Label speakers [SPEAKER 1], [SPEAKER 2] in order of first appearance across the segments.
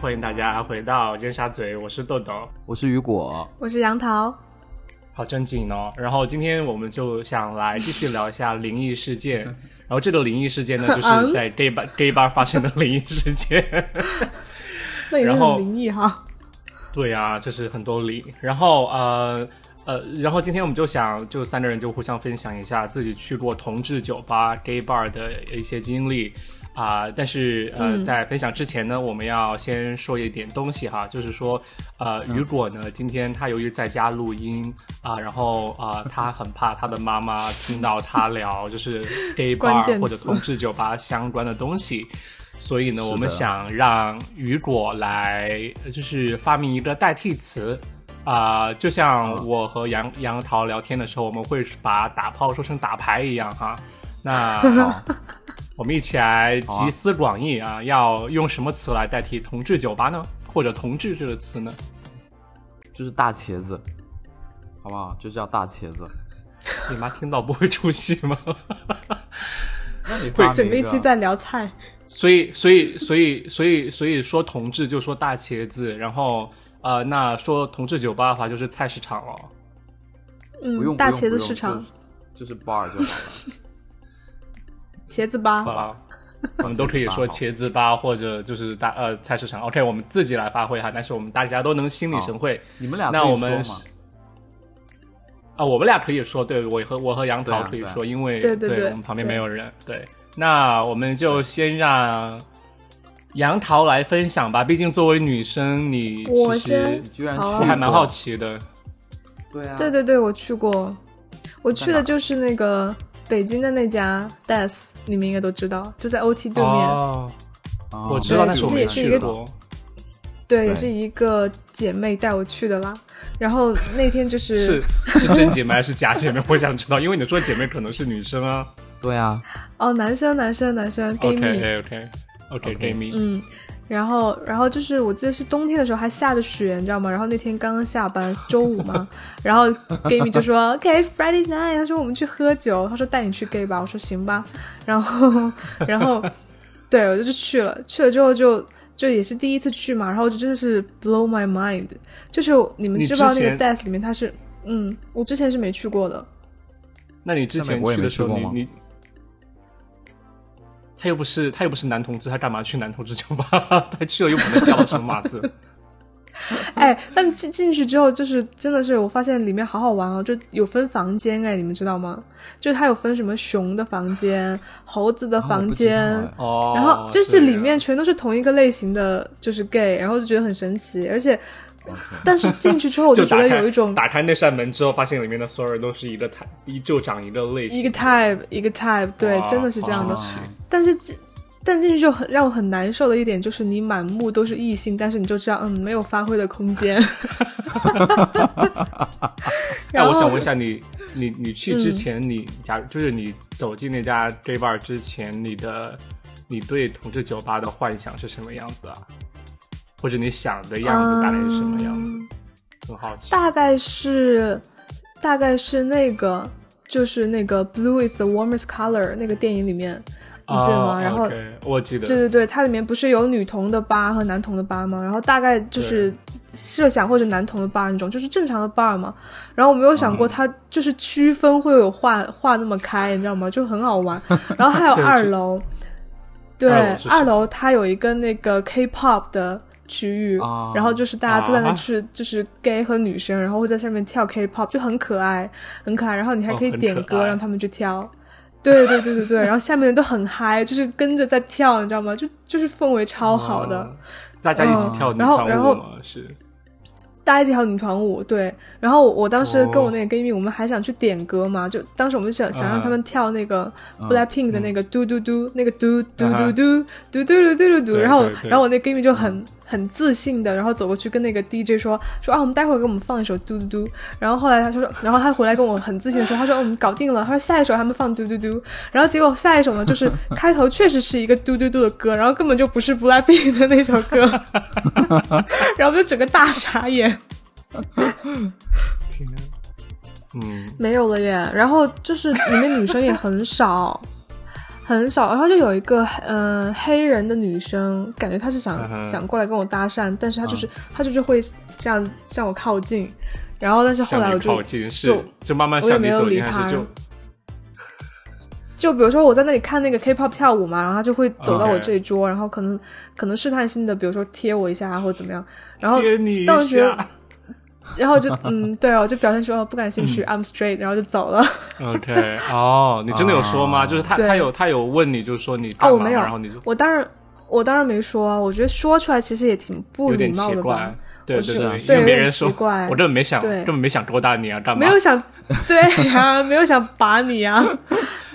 [SPEAKER 1] 欢迎大家回到尖沙咀，我是豆豆，
[SPEAKER 2] 我是雨果，
[SPEAKER 3] 我是杨桃。
[SPEAKER 1] 好正经哦。然后今天我们就想来继续聊一下灵异事件，然后这个灵异事件呢，就是在 gay bar gay bar 发生的灵异事件。
[SPEAKER 3] 那也是很灵异哈。
[SPEAKER 1] 对啊，就是很多灵。然后呃呃，然后今天我们就想，就三个人就互相分享一下自己去过同志酒吧、gay bar 的一些经历。啊、呃，但是呃，
[SPEAKER 3] 嗯
[SPEAKER 1] 在分享之前呢，我们要先说一点东西哈，就是说，呃，
[SPEAKER 2] 嗯
[SPEAKER 1] 雨果呢，今天他由于在家录音啊、然后啊、 他很怕他的妈妈听到他聊就是 gay
[SPEAKER 3] 关
[SPEAKER 1] bar
[SPEAKER 3] 键词
[SPEAKER 1] 或者同志酒吧相关的东西，所以呢，
[SPEAKER 2] 是的
[SPEAKER 1] 我们想让雨果来呃就是发明一个代替词。啊、就像我和杨杨桃聊天的时候，我们会把打炮说成打牌一样哈。 那好我们一起来集思广益啊，要用什么词来代替“同志酒吧”呢？或者“同志”这个词呢？
[SPEAKER 2] 就是大茄子，好不好？就叫大茄子。
[SPEAKER 1] 你妈听到不会出戏吗？
[SPEAKER 2] 那你
[SPEAKER 3] 这
[SPEAKER 2] 发
[SPEAKER 3] 整
[SPEAKER 2] 明
[SPEAKER 3] 个
[SPEAKER 2] 一
[SPEAKER 3] 一
[SPEAKER 2] 个
[SPEAKER 3] 期在聊菜，
[SPEAKER 1] 所以，所以，所以，所以，所以说“同志”就说大茄子，然后呃，那说“同志酒吧”的话就是菜市场哦。
[SPEAKER 2] 不用
[SPEAKER 3] 嗯，大
[SPEAKER 2] 不用
[SPEAKER 3] 茄
[SPEAKER 2] 不
[SPEAKER 3] 子
[SPEAKER 2] 用
[SPEAKER 3] 市场，
[SPEAKER 2] 就是就是 bar 就好 了。
[SPEAKER 3] 茄子吧
[SPEAKER 1] 好。 吧，我们都可以说茄子吧，或者就是大呃菜市场。OK，我们自己来发挥哈，但是我们大家都能心领神会。
[SPEAKER 2] 你们俩
[SPEAKER 1] 那
[SPEAKER 2] 可以
[SPEAKER 1] 我们
[SPEAKER 2] 说吗
[SPEAKER 1] 是啊，我们俩可以说，对我和我和杨
[SPEAKER 2] 对
[SPEAKER 1] 桃
[SPEAKER 2] 啊
[SPEAKER 1] 可以
[SPEAKER 2] 对啊
[SPEAKER 1] 说，因为
[SPEAKER 3] 对对对
[SPEAKER 1] 我们旁边没有人。对，那我们就先让杨桃来分享吧，毕竟作为女生，你
[SPEAKER 3] 我
[SPEAKER 1] 其实
[SPEAKER 3] 先
[SPEAKER 2] 你居然去
[SPEAKER 3] 好啊
[SPEAKER 1] 我还蛮好
[SPEAKER 2] 奇。
[SPEAKER 1] 奇的。
[SPEAKER 2] 对啊，
[SPEAKER 3] 对对对，我去过，我去
[SPEAKER 2] 在哪
[SPEAKER 3] 的就是那个北京的那家 Das，你们应该都知道，就在欧七对面。
[SPEAKER 1] 哦，
[SPEAKER 2] 啊，
[SPEAKER 1] 我知道，
[SPEAKER 3] 对
[SPEAKER 1] 但是我没
[SPEAKER 3] 也是一
[SPEAKER 1] 去
[SPEAKER 3] 个
[SPEAKER 1] 过。
[SPEAKER 3] 对，也
[SPEAKER 2] 对
[SPEAKER 3] 是一个姐妹带我去的啦。然后那天就是
[SPEAKER 1] 是是真姐妹还是假姐妹？我想知道，因为你说姐妹可能是女生啊。
[SPEAKER 2] 对啊，
[SPEAKER 3] 哦，男生男生男生 gay 蜜
[SPEAKER 1] OK 哎 OK OK
[SPEAKER 2] OK
[SPEAKER 1] gay 蜜。
[SPEAKER 3] 嗯，然后，然后就是我记得是冬天的时候还下着雪，你知道吗？然后那天刚刚下班，周五 嘛，然后 gay 米就说 OK Friday night，他说我们去喝酒，他说带你去 gay 吧，我说行吧，然后，然后，对我就去了，去了之后就就也是第一次去嘛，然后就真的是 blow my mind，就是你们
[SPEAKER 1] 你
[SPEAKER 3] 知不知道
[SPEAKER 1] 之
[SPEAKER 3] 那个
[SPEAKER 1] 前
[SPEAKER 3] desk 里面它是，嗯，我之前是没去过的，
[SPEAKER 1] 那你之前
[SPEAKER 2] 在美国也
[SPEAKER 1] 去
[SPEAKER 2] 没
[SPEAKER 1] 的时候，
[SPEAKER 2] 去过
[SPEAKER 1] 你
[SPEAKER 2] 吗
[SPEAKER 1] 你他又不是他又不是男同志，他干嘛去男同志酒吧？ 他去了又不能掉到什么码子？
[SPEAKER 3] 哎，但进进去之后，就是真的是我发现里面好好玩哦，就有分房间哎，你们知道吗？就它有分什么熊的房间、猴子的
[SPEAKER 2] 啊我
[SPEAKER 3] 房
[SPEAKER 2] 不知道
[SPEAKER 3] 间，
[SPEAKER 2] 哎
[SPEAKER 1] 哦，
[SPEAKER 3] 然后就
[SPEAKER 1] 对
[SPEAKER 3] 是里面全都是同一个类型的，就是 gay，然后就觉得很神奇，而且，但是进去之后我
[SPEAKER 1] 哦 就
[SPEAKER 3] 觉
[SPEAKER 1] 打
[SPEAKER 3] 得
[SPEAKER 1] 开
[SPEAKER 3] 有一种
[SPEAKER 1] 打开那扇门之后，发现里面的所有人都是一个 type，一就长一个类型，
[SPEAKER 3] 一个 type 一个 type，对
[SPEAKER 1] 哇，
[SPEAKER 3] 真的是这样的
[SPEAKER 1] 好。神奇
[SPEAKER 3] 但是进但进去就很让我很难受的一点就是，你满目都是异性，但是你就知道，嗯，没有发挥的空间。
[SPEAKER 1] 哎，
[SPEAKER 3] 然后嗯
[SPEAKER 1] 我想问一下你，你你去之前，你假如就是你走进那家 gay bar 之前，你的你对同志酒吧的幻想是什么样子啊？或者你想的样子大概是什么样子？
[SPEAKER 3] 嗯
[SPEAKER 1] 很好奇。
[SPEAKER 3] 大概是，大概是那个，就是那个《Blue is the warmest color》那个电影里面，你记得吗？
[SPEAKER 1] 哦
[SPEAKER 3] 然后
[SPEAKER 1] OK，我记得，
[SPEAKER 3] 对对对，它里面不是有女童的吧和男童的吧吗？然后大概就是设想或者男童的吧那种，就是正常的 bar 嘛。然后我没有想
[SPEAKER 1] 嗯
[SPEAKER 3] 过它就是区分会有画画那么开，你知道吗？就很好 玩。然后还有
[SPEAKER 1] 对
[SPEAKER 3] 二
[SPEAKER 1] 这
[SPEAKER 3] 楼，对
[SPEAKER 1] 二楼是什，么
[SPEAKER 3] 二楼它有一个那个 K-pop 的区域，
[SPEAKER 2] 啊
[SPEAKER 3] 然后就是大家都在那
[SPEAKER 1] 啊
[SPEAKER 3] 去，就是 gay 和女生，然后会在上面跳 K-pop，就很可爱，很可爱。然后你还
[SPEAKER 1] 哦
[SPEAKER 3] 可以
[SPEAKER 1] 很
[SPEAKER 3] 点
[SPEAKER 1] 可
[SPEAKER 3] 歌
[SPEAKER 1] 爱
[SPEAKER 3] 让他们去跳。对对对对对，然后下面人都很嗨，就是跟着在跳，你知道吗？就就是氛围超好的，
[SPEAKER 1] 哦大家一起跳
[SPEAKER 3] 嗯
[SPEAKER 1] 女
[SPEAKER 3] 然后
[SPEAKER 1] 团
[SPEAKER 3] 然
[SPEAKER 1] 舞
[SPEAKER 3] 后
[SPEAKER 1] 嘛，是
[SPEAKER 3] 大家一起跳女团舞。对，然后我我当时跟
[SPEAKER 1] 哦
[SPEAKER 3] 我那个闺蜜，我们还想去点歌嘛，就当时我们想想让他们跳那个 BLACKPINK 的那个嘟嘟嘟，那个嘟嘟嘟嘟嘟嘟嘟嘟嘟嘟，
[SPEAKER 1] 对
[SPEAKER 3] 然后
[SPEAKER 1] 对对嗯
[SPEAKER 3] 然后我那闺蜜就很很自信的，然后走过去跟那个 DJ 说说啊，我们待会儿给我们放一首嘟嘟嘟，然后后来她说，然后她回来跟我很自信的说，她说哦我们搞定了，她说下一首他们放嘟嘟嘟，然后结果下一首呢就是开头确实是一个嘟嘟嘟的歌，然后根本就不是 BLACKPINK 的那首歌， 然后我们就整个大傻眼。
[SPEAKER 1] 天啊，嗯，
[SPEAKER 3] 没有了耶。然后就是里面女生也很少， 很少。然后就有一个嗯、呃黑人的女生，感觉她是想、
[SPEAKER 1] 嗯哼嗯
[SPEAKER 3] 想过来跟我搭讪，但是她就是、她就是会这样向我靠近，然后但是后来
[SPEAKER 1] 向
[SPEAKER 3] 我
[SPEAKER 1] 你
[SPEAKER 3] 就
[SPEAKER 1] 靠近是就慢慢
[SPEAKER 3] 我也
[SPEAKER 1] 向
[SPEAKER 3] 没
[SPEAKER 1] 你
[SPEAKER 3] 有
[SPEAKER 1] 走
[SPEAKER 3] 理
[SPEAKER 1] 近，还
[SPEAKER 3] 他
[SPEAKER 1] 是就
[SPEAKER 3] 就比如说我在那里看那个 K-pop 跳舞嘛，然后他就会走
[SPEAKER 1] 嗯
[SPEAKER 3] 到我这一桌然后可能可能试探性的，比如说贴我一下啊或者怎么样，然后
[SPEAKER 1] 贴你一
[SPEAKER 3] 但我觉
[SPEAKER 1] 下
[SPEAKER 3] 得？然后就嗯对哦，我就表现说哦不感兴 趣、i m straight，然后就走了。
[SPEAKER 1] OK，哦，你真的有说吗？
[SPEAKER 2] 啊
[SPEAKER 1] 就是他
[SPEAKER 3] 对
[SPEAKER 1] 他有他有问你，就是说你干
[SPEAKER 3] 哦，我
[SPEAKER 1] 嘛
[SPEAKER 3] 没有，
[SPEAKER 1] 然后你就
[SPEAKER 3] 我当然我当然没说啊，我觉得说出来其实也挺不
[SPEAKER 1] 有
[SPEAKER 3] 礼
[SPEAKER 1] 点奇
[SPEAKER 3] 貌的吧
[SPEAKER 1] 怪，，啊对
[SPEAKER 3] 我
[SPEAKER 1] 对
[SPEAKER 3] 是啊
[SPEAKER 1] 对，因为
[SPEAKER 3] 对有
[SPEAKER 1] 没
[SPEAKER 3] 点
[SPEAKER 1] 人
[SPEAKER 3] 奇
[SPEAKER 1] 说，
[SPEAKER 3] 怪
[SPEAKER 1] 我根本没想，
[SPEAKER 3] 对
[SPEAKER 1] 根本没想勾搭你啊，干嘛？
[SPEAKER 3] 没 有想对呀、没有想把你啊，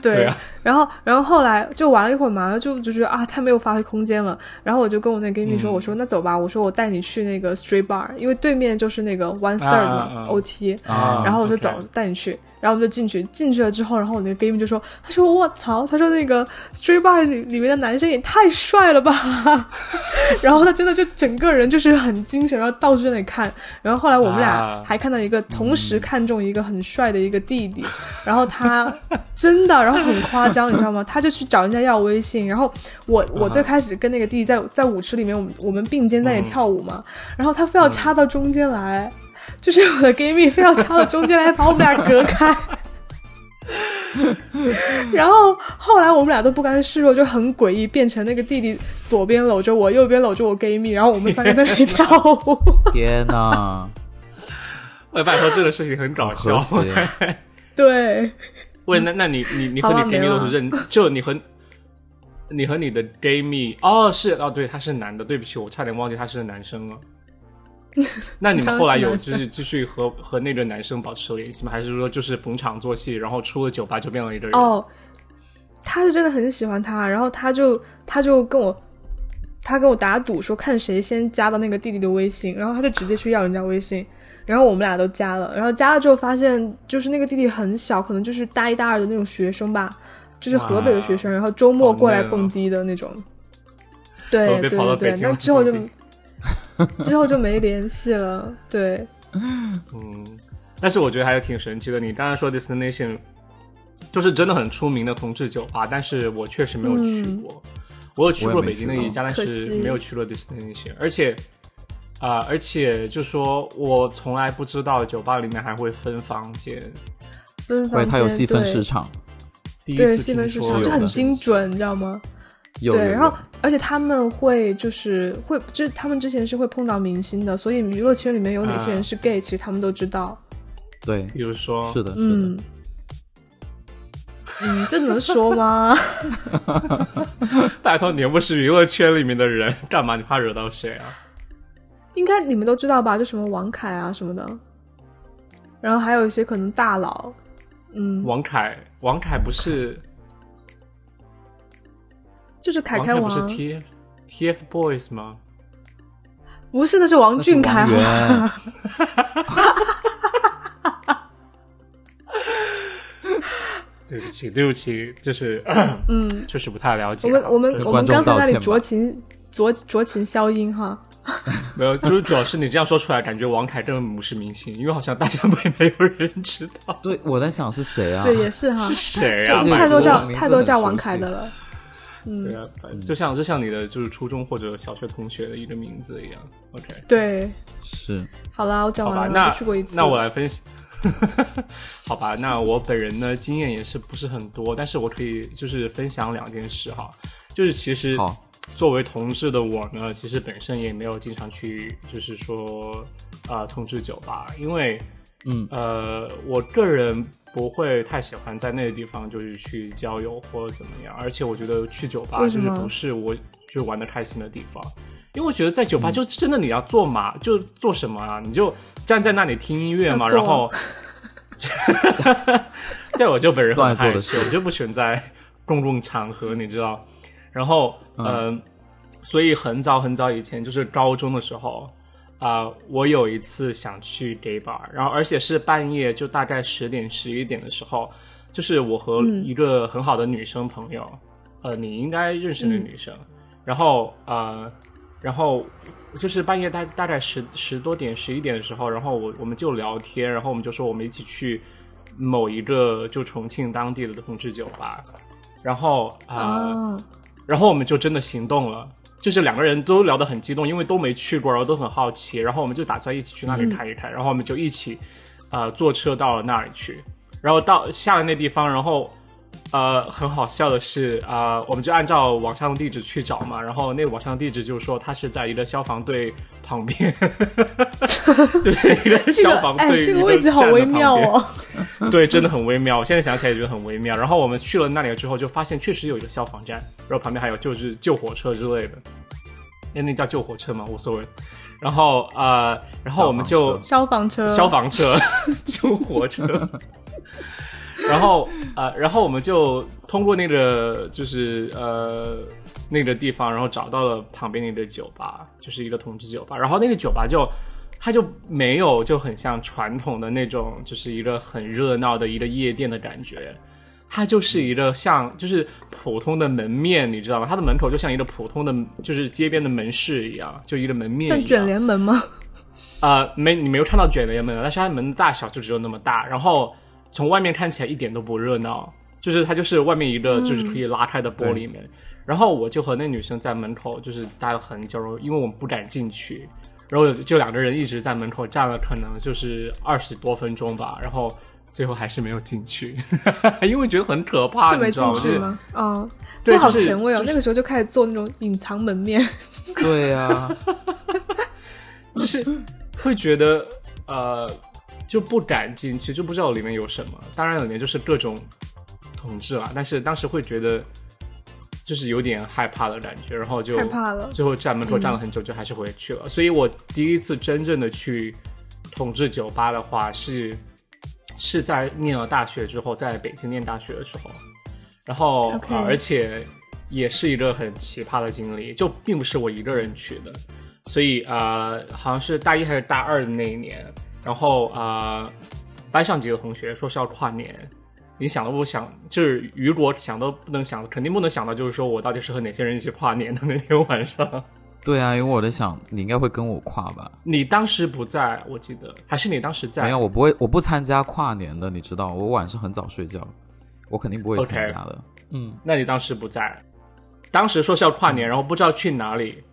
[SPEAKER 3] 对。
[SPEAKER 1] 对啊
[SPEAKER 3] 然后然后后来就玩了一会儿嘛，就就觉得啊太没有发挥空间了，然后我就跟我那个闺蜜说，
[SPEAKER 1] 嗯
[SPEAKER 3] 我说那走吧，我说我带你去那个 street bar，因为对面就是那个 one third 嘛、
[SPEAKER 1] 啊啊啊
[SPEAKER 3] OT，、
[SPEAKER 1] 啊
[SPEAKER 3] 然后我说
[SPEAKER 1] OK
[SPEAKER 3] 走，带你去。然后我们就进去，进去了之后，然后我那个闺蜜就说：“她说我操，她说那个 street bar 里里面的男生也太帅了吧！” 然后她真的就整个人就是很精神，然后到处在那里看。然后后来我们
[SPEAKER 1] 啊
[SPEAKER 3] 俩还看到一个同时看中一个很帅的一个弟弟，然后他真的，然后很夸张，你知道吗？他就去找人家要微信，然后我我最开始跟那个弟弟在在舞池里面，我们我们并肩在那里跳舞嘛，然后他非要插到中间来。就是我的闺蜜非要插到中间来把我们俩隔开。然后后来我们俩都不甘示弱，就很诡异，变成那个弟弟左边搂着我，右边搂着我闺蜜，然后我们三个在那里跳舞。
[SPEAKER 2] 天 哪，
[SPEAKER 1] 我拜托，这个事情很搞笑
[SPEAKER 2] 和。谐
[SPEAKER 3] 对，
[SPEAKER 1] 喂，那那你你你和
[SPEAKER 3] 好
[SPEAKER 1] 你
[SPEAKER 3] 吧
[SPEAKER 1] gay
[SPEAKER 3] 没
[SPEAKER 1] 蜜
[SPEAKER 3] 了
[SPEAKER 1] 都不认，就你和你和你的 gay 蜜哦，是哦，对，他是男的，对不起，我差点忘记他是男生了。那你们后来有就是继续和和那个男生保持联系吗？还是说就是逢场作戏，然后出了酒吧就变了一个人？
[SPEAKER 3] 哦，他是真的很喜欢他，然后他就他就跟我。他跟我打赌说看谁先加到那个弟弟的微信，然后他就直接去要人家微信，然后我们俩都加了，然后加了之后发现就是那个弟弟很小，可能就是大一大二的那种学生吧，就是河北的学生，然后周末过来蹦迪的那种。对
[SPEAKER 1] 河北
[SPEAKER 3] 对
[SPEAKER 1] 跑到
[SPEAKER 3] 对
[SPEAKER 1] 北
[SPEAKER 3] 对，
[SPEAKER 1] 京
[SPEAKER 3] 那
[SPEAKER 1] 来
[SPEAKER 3] 之后就
[SPEAKER 1] 蹦
[SPEAKER 3] 之后就没联系了。对，
[SPEAKER 1] 嗯，但是我觉得还是挺神奇的。你刚刚说 Destination，就是真的很出名的同志酒吧，但是我确实没有去
[SPEAKER 3] 嗯
[SPEAKER 1] 过。我有去
[SPEAKER 2] 我也
[SPEAKER 1] 过
[SPEAKER 2] 没
[SPEAKER 1] 北京的
[SPEAKER 2] 去过
[SPEAKER 1] 一家，但
[SPEAKER 3] 可
[SPEAKER 1] 是
[SPEAKER 3] 惜
[SPEAKER 1] 没有去过 Destination，而且。啊、而且就说我从来不知道酒吧里面还会分房间，
[SPEAKER 3] 分
[SPEAKER 2] 喂，
[SPEAKER 3] 房
[SPEAKER 2] 它有
[SPEAKER 3] 间
[SPEAKER 2] 细分市
[SPEAKER 3] 对
[SPEAKER 2] 场，
[SPEAKER 1] 第一
[SPEAKER 3] 对
[SPEAKER 1] 次
[SPEAKER 3] 细分
[SPEAKER 1] 听
[SPEAKER 3] 市
[SPEAKER 1] 说
[SPEAKER 3] 场
[SPEAKER 1] 有
[SPEAKER 3] 就很
[SPEAKER 1] 的
[SPEAKER 3] 精准，你知道吗？
[SPEAKER 2] 有有
[SPEAKER 3] 对，
[SPEAKER 2] 有
[SPEAKER 3] 然后而且他们会就是会，就是他们之前是会碰到明星的，所以娱乐圈里面有哪
[SPEAKER 2] 啊
[SPEAKER 3] 些人是 gay，、其实他们都知道。
[SPEAKER 2] 对，
[SPEAKER 1] 比如说
[SPEAKER 2] 是的，是的
[SPEAKER 3] 嗯，嗯，这能说吗？
[SPEAKER 1] 拜托你又不是娱乐圈里面的人，干嘛你怕惹到谁啊？
[SPEAKER 3] 应该你们都知道吧？就什么王凯啊什么的，然后还有一些可能大佬，嗯，
[SPEAKER 1] 王凯，王凯不是
[SPEAKER 3] 就是凯
[SPEAKER 1] 王
[SPEAKER 3] 凯
[SPEAKER 1] 凯
[SPEAKER 3] 王，
[SPEAKER 1] 不是 TF TF Boys 吗？
[SPEAKER 3] 不是，那是王
[SPEAKER 2] 那是
[SPEAKER 3] 俊凯，啊
[SPEAKER 2] 王
[SPEAKER 3] 好吧
[SPEAKER 2] 源，
[SPEAKER 1] 对不起， 对不起，就是
[SPEAKER 3] 嗯，
[SPEAKER 1] 确实不太了解
[SPEAKER 3] 我
[SPEAKER 1] 啊。
[SPEAKER 3] 们我们
[SPEAKER 1] 对
[SPEAKER 3] 我
[SPEAKER 2] 观
[SPEAKER 3] 们
[SPEAKER 2] 众
[SPEAKER 3] 刚才
[SPEAKER 2] 道
[SPEAKER 3] 那里
[SPEAKER 2] 歉吧
[SPEAKER 3] 酌情酌酌情消音哈，
[SPEAKER 1] 没有，就是主要是你这样说出来，感觉王凯根本不是明星，因为好像大家没没有人知道
[SPEAKER 2] 对，我在想是谁啊？
[SPEAKER 3] 对，也是哈
[SPEAKER 1] 是，谁
[SPEAKER 3] 就
[SPEAKER 1] 啊。
[SPEAKER 2] 这
[SPEAKER 1] 拜
[SPEAKER 3] 太
[SPEAKER 1] 托
[SPEAKER 3] 多
[SPEAKER 2] 这
[SPEAKER 3] 叫
[SPEAKER 2] 名字
[SPEAKER 3] 太多
[SPEAKER 2] 很
[SPEAKER 3] 叫
[SPEAKER 2] 熟
[SPEAKER 3] 王凯
[SPEAKER 2] 悉
[SPEAKER 3] 的了，嗯，
[SPEAKER 1] 对啊，就像就像你的就是初中或者小学同学的一个名字一样。OK，
[SPEAKER 3] 对，
[SPEAKER 2] 是
[SPEAKER 3] 好啦，嗯我讲
[SPEAKER 1] 好吧，
[SPEAKER 3] 完了，
[SPEAKER 1] 那
[SPEAKER 3] 我去过一次。
[SPEAKER 1] 那我来分析。 好吧，那我本人呢经验也是不是很多，但是我可以就是分享两件事哈，就是其实
[SPEAKER 2] 好，
[SPEAKER 1] 作为同志的我呢，其实本身也没有经常去，就是说，啊，同志酒吧，因为，
[SPEAKER 2] 嗯，
[SPEAKER 1] 呃，我个人不会太喜欢在那个地方就是去交友或者怎么样，而且我觉得去酒吧
[SPEAKER 3] 为
[SPEAKER 1] 就
[SPEAKER 3] 什
[SPEAKER 1] 是
[SPEAKER 3] 么
[SPEAKER 1] 不是我就玩的开心的地方，因为我觉得在酒吧就真的你要做嘛，就做什么啊，你就站在那里听音乐嘛，
[SPEAKER 3] 要做
[SPEAKER 1] 然后， 在我就本人
[SPEAKER 2] 做
[SPEAKER 1] 很
[SPEAKER 2] 爱做
[SPEAKER 1] 害
[SPEAKER 2] 的
[SPEAKER 1] 羞，
[SPEAKER 2] 事
[SPEAKER 1] 我就不喜欢在公共场合，你知道，然后，嗯、所以很早很早以前，就是高中的时候，啊、我有一次想去 gay bar，然后而且是半夜，就大概十点十一点的时候，就是我和
[SPEAKER 3] 嗯
[SPEAKER 1] 一个很好的女生朋友，呃，你应该认识的女生，然后呃，然后就是半夜大大概十十多点十一点的时候，然后我我们就聊天，然后我们就说我们一起去某一个就重庆当地的同志酒吧，然后啊、呃
[SPEAKER 3] 哦，
[SPEAKER 1] 然后我们就真的行动了。就是两个人都聊得很激动，因为都没去过，然后都很好奇，然后我们就打算一起去那
[SPEAKER 3] 嗯
[SPEAKER 1] 里看一看，然后我们就一起，呃，坐车到了那里去，然后到下了那地方，然后，呃，很好笑的是，呃，我们就按照网上的地址去找嘛，然后那个网上的地址就说它是在一个消防队旁 边， 就是一个
[SPEAKER 3] 这个
[SPEAKER 1] 消防队、
[SPEAKER 3] 哎，这个位置好微妙哦。
[SPEAKER 1] 对，真的很微妙。我现在想起来也觉得很微妙。然后我们去了那里了之后，就发现确实有一个消防站，然后旁边还有就是救火车之类的。哎，那叫救火车吗？无所谓。然后呃，然后我们就
[SPEAKER 3] 消防车，
[SPEAKER 1] 消防 车、救火车，然后呃，然后我们就通过那个就是呃那个地方，然后找到了旁边那个酒吧，就是一个同志酒吧。然后那个酒吧就它就没有就很像传统的那种，就是一个很热闹的一个夜店的感觉。它就是一个像就是普通的门面，你知道吗？它的门口就像一个普通的就是街边的门市一样，就一个门面一样。
[SPEAKER 3] 像卷帘门吗？
[SPEAKER 1] 呃，没你没有看到卷帘门的，但是它门的大小就只有那么大，然后从外面看起来一点都不热闹，就是它就是外面一个就是可
[SPEAKER 3] 嗯
[SPEAKER 1] 以拉开的玻璃门，然后我就和那女生在门口就是待了很久，因为我们不敢进去，然后就两个人一直在门口站了，可能就是二十多分钟吧，然后最后还是没有进去， 因为觉得很可怕，
[SPEAKER 3] 就
[SPEAKER 1] 啊
[SPEAKER 3] 没
[SPEAKER 1] 你知
[SPEAKER 3] 进
[SPEAKER 1] 道吗？就
[SPEAKER 3] 去
[SPEAKER 1] 是
[SPEAKER 3] 吗？哦，
[SPEAKER 1] 对
[SPEAKER 3] 这好
[SPEAKER 1] 就是
[SPEAKER 3] 前卫哦
[SPEAKER 1] 就。是
[SPEAKER 3] 那个时候就开始做那种隐藏门面，
[SPEAKER 2] 对啊呀、
[SPEAKER 1] 就是会觉得呃就不敢进去，就不知道里面有什么。当然里面就是各种同志啦，但是当时会觉得就是有点害怕的感觉，然后就
[SPEAKER 3] 害怕了
[SPEAKER 1] 最后站门口站了很久，就还是回去了。所以我第一次真正的去同志酒吧的话是是在念了大学之后，在北京念大学的时候，然后
[SPEAKER 3] OK
[SPEAKER 1] 呃而且也是一个很奇葩的经历，就并不是我一个人去的，所以呃，好像是大一还是大二的那一年，然后呃，班上几个同学说是要跨年，你想都不想，就是雨果想都不能想，肯定不能想到，就是说我到底是和哪些人一起跨年的那天晚上。
[SPEAKER 2] 对啊，因为我在想，你应该会跟我跨吧？
[SPEAKER 1] 你当时不在，我记得，还是你当时在？
[SPEAKER 2] 没有，我不会，我不参加跨年的，你知道，我晚上很早睡觉，我肯定不会
[SPEAKER 1] OK
[SPEAKER 2] 参加的。嗯，
[SPEAKER 1] 那你当时不在，当时说是要跨年，然后不知道去哪里，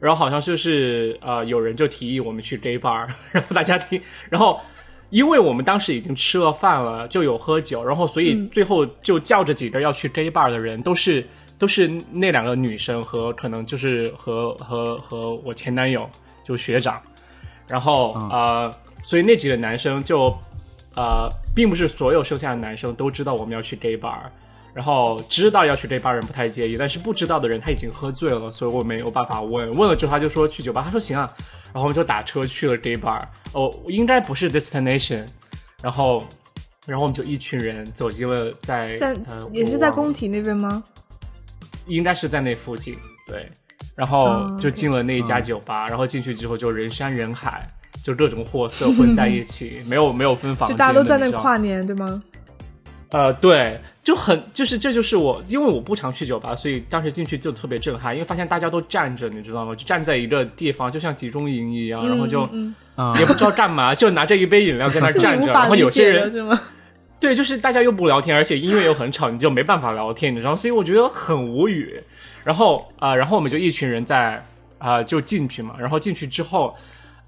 [SPEAKER 1] 然后好像就是呃有人就提议我们去 gay bar，然 后大家听，然后因为我们当时已经吃了饭了，就有喝酒，然后所以最后就叫着几个要去 gay bar 的人，都是都是那两个女生和可能就是和和和我前男友就学长，然后、
[SPEAKER 2] 嗯
[SPEAKER 1] 呃，所以那几个男生就呃，并不是所有剩下的男生都知道我们要去 gay bar，然后知道要去 gay bar 人不太介意，但是不知道的人他已经喝醉了，所以我没有办法问。问了之后他就说去酒吧，他说行啊，然后我们就打车去了 gay bar，哦，应该不是 destination，然后。然后我们就一群人走进了在，
[SPEAKER 3] 在
[SPEAKER 1] 呃、
[SPEAKER 3] 也是
[SPEAKER 1] 我
[SPEAKER 3] 在
[SPEAKER 1] 忘了
[SPEAKER 3] 工体那边吗？
[SPEAKER 1] 应该是在那附近，对。然后
[SPEAKER 3] 嗯
[SPEAKER 1] 就进了那一家酒吧，然后进去之后就人山人海，就各种货色混在一起，没有没有分房
[SPEAKER 3] 嗯就
[SPEAKER 1] 间的，
[SPEAKER 3] 大家都在
[SPEAKER 1] 你
[SPEAKER 3] 那
[SPEAKER 1] 知道吗
[SPEAKER 3] 跨年，对吗？
[SPEAKER 1] 呃，对，就很就是这就是我，因为我不常去酒吧，所以当时进去就特别震撼，因为发现大家都站着，你知道吗？就站在一个地方，就像集中营一样，然后就
[SPEAKER 3] 嗯嗯
[SPEAKER 2] 啊、
[SPEAKER 1] 也不知道干嘛，就拿着一杯饮料在 那儿
[SPEAKER 3] 嗯是
[SPEAKER 1] 站
[SPEAKER 3] 你无
[SPEAKER 1] 着，
[SPEAKER 3] 法
[SPEAKER 1] 然后
[SPEAKER 3] 理
[SPEAKER 1] 有些
[SPEAKER 3] 解的
[SPEAKER 1] 人
[SPEAKER 3] 是吗？
[SPEAKER 1] 对，就是大家又不聊天，而且音乐又很吵，你就没办法聊天，你知道吗，所以我觉得很无语。然后啊、呃然后我们就一群人在啊、呃就进去嘛，然后进去之后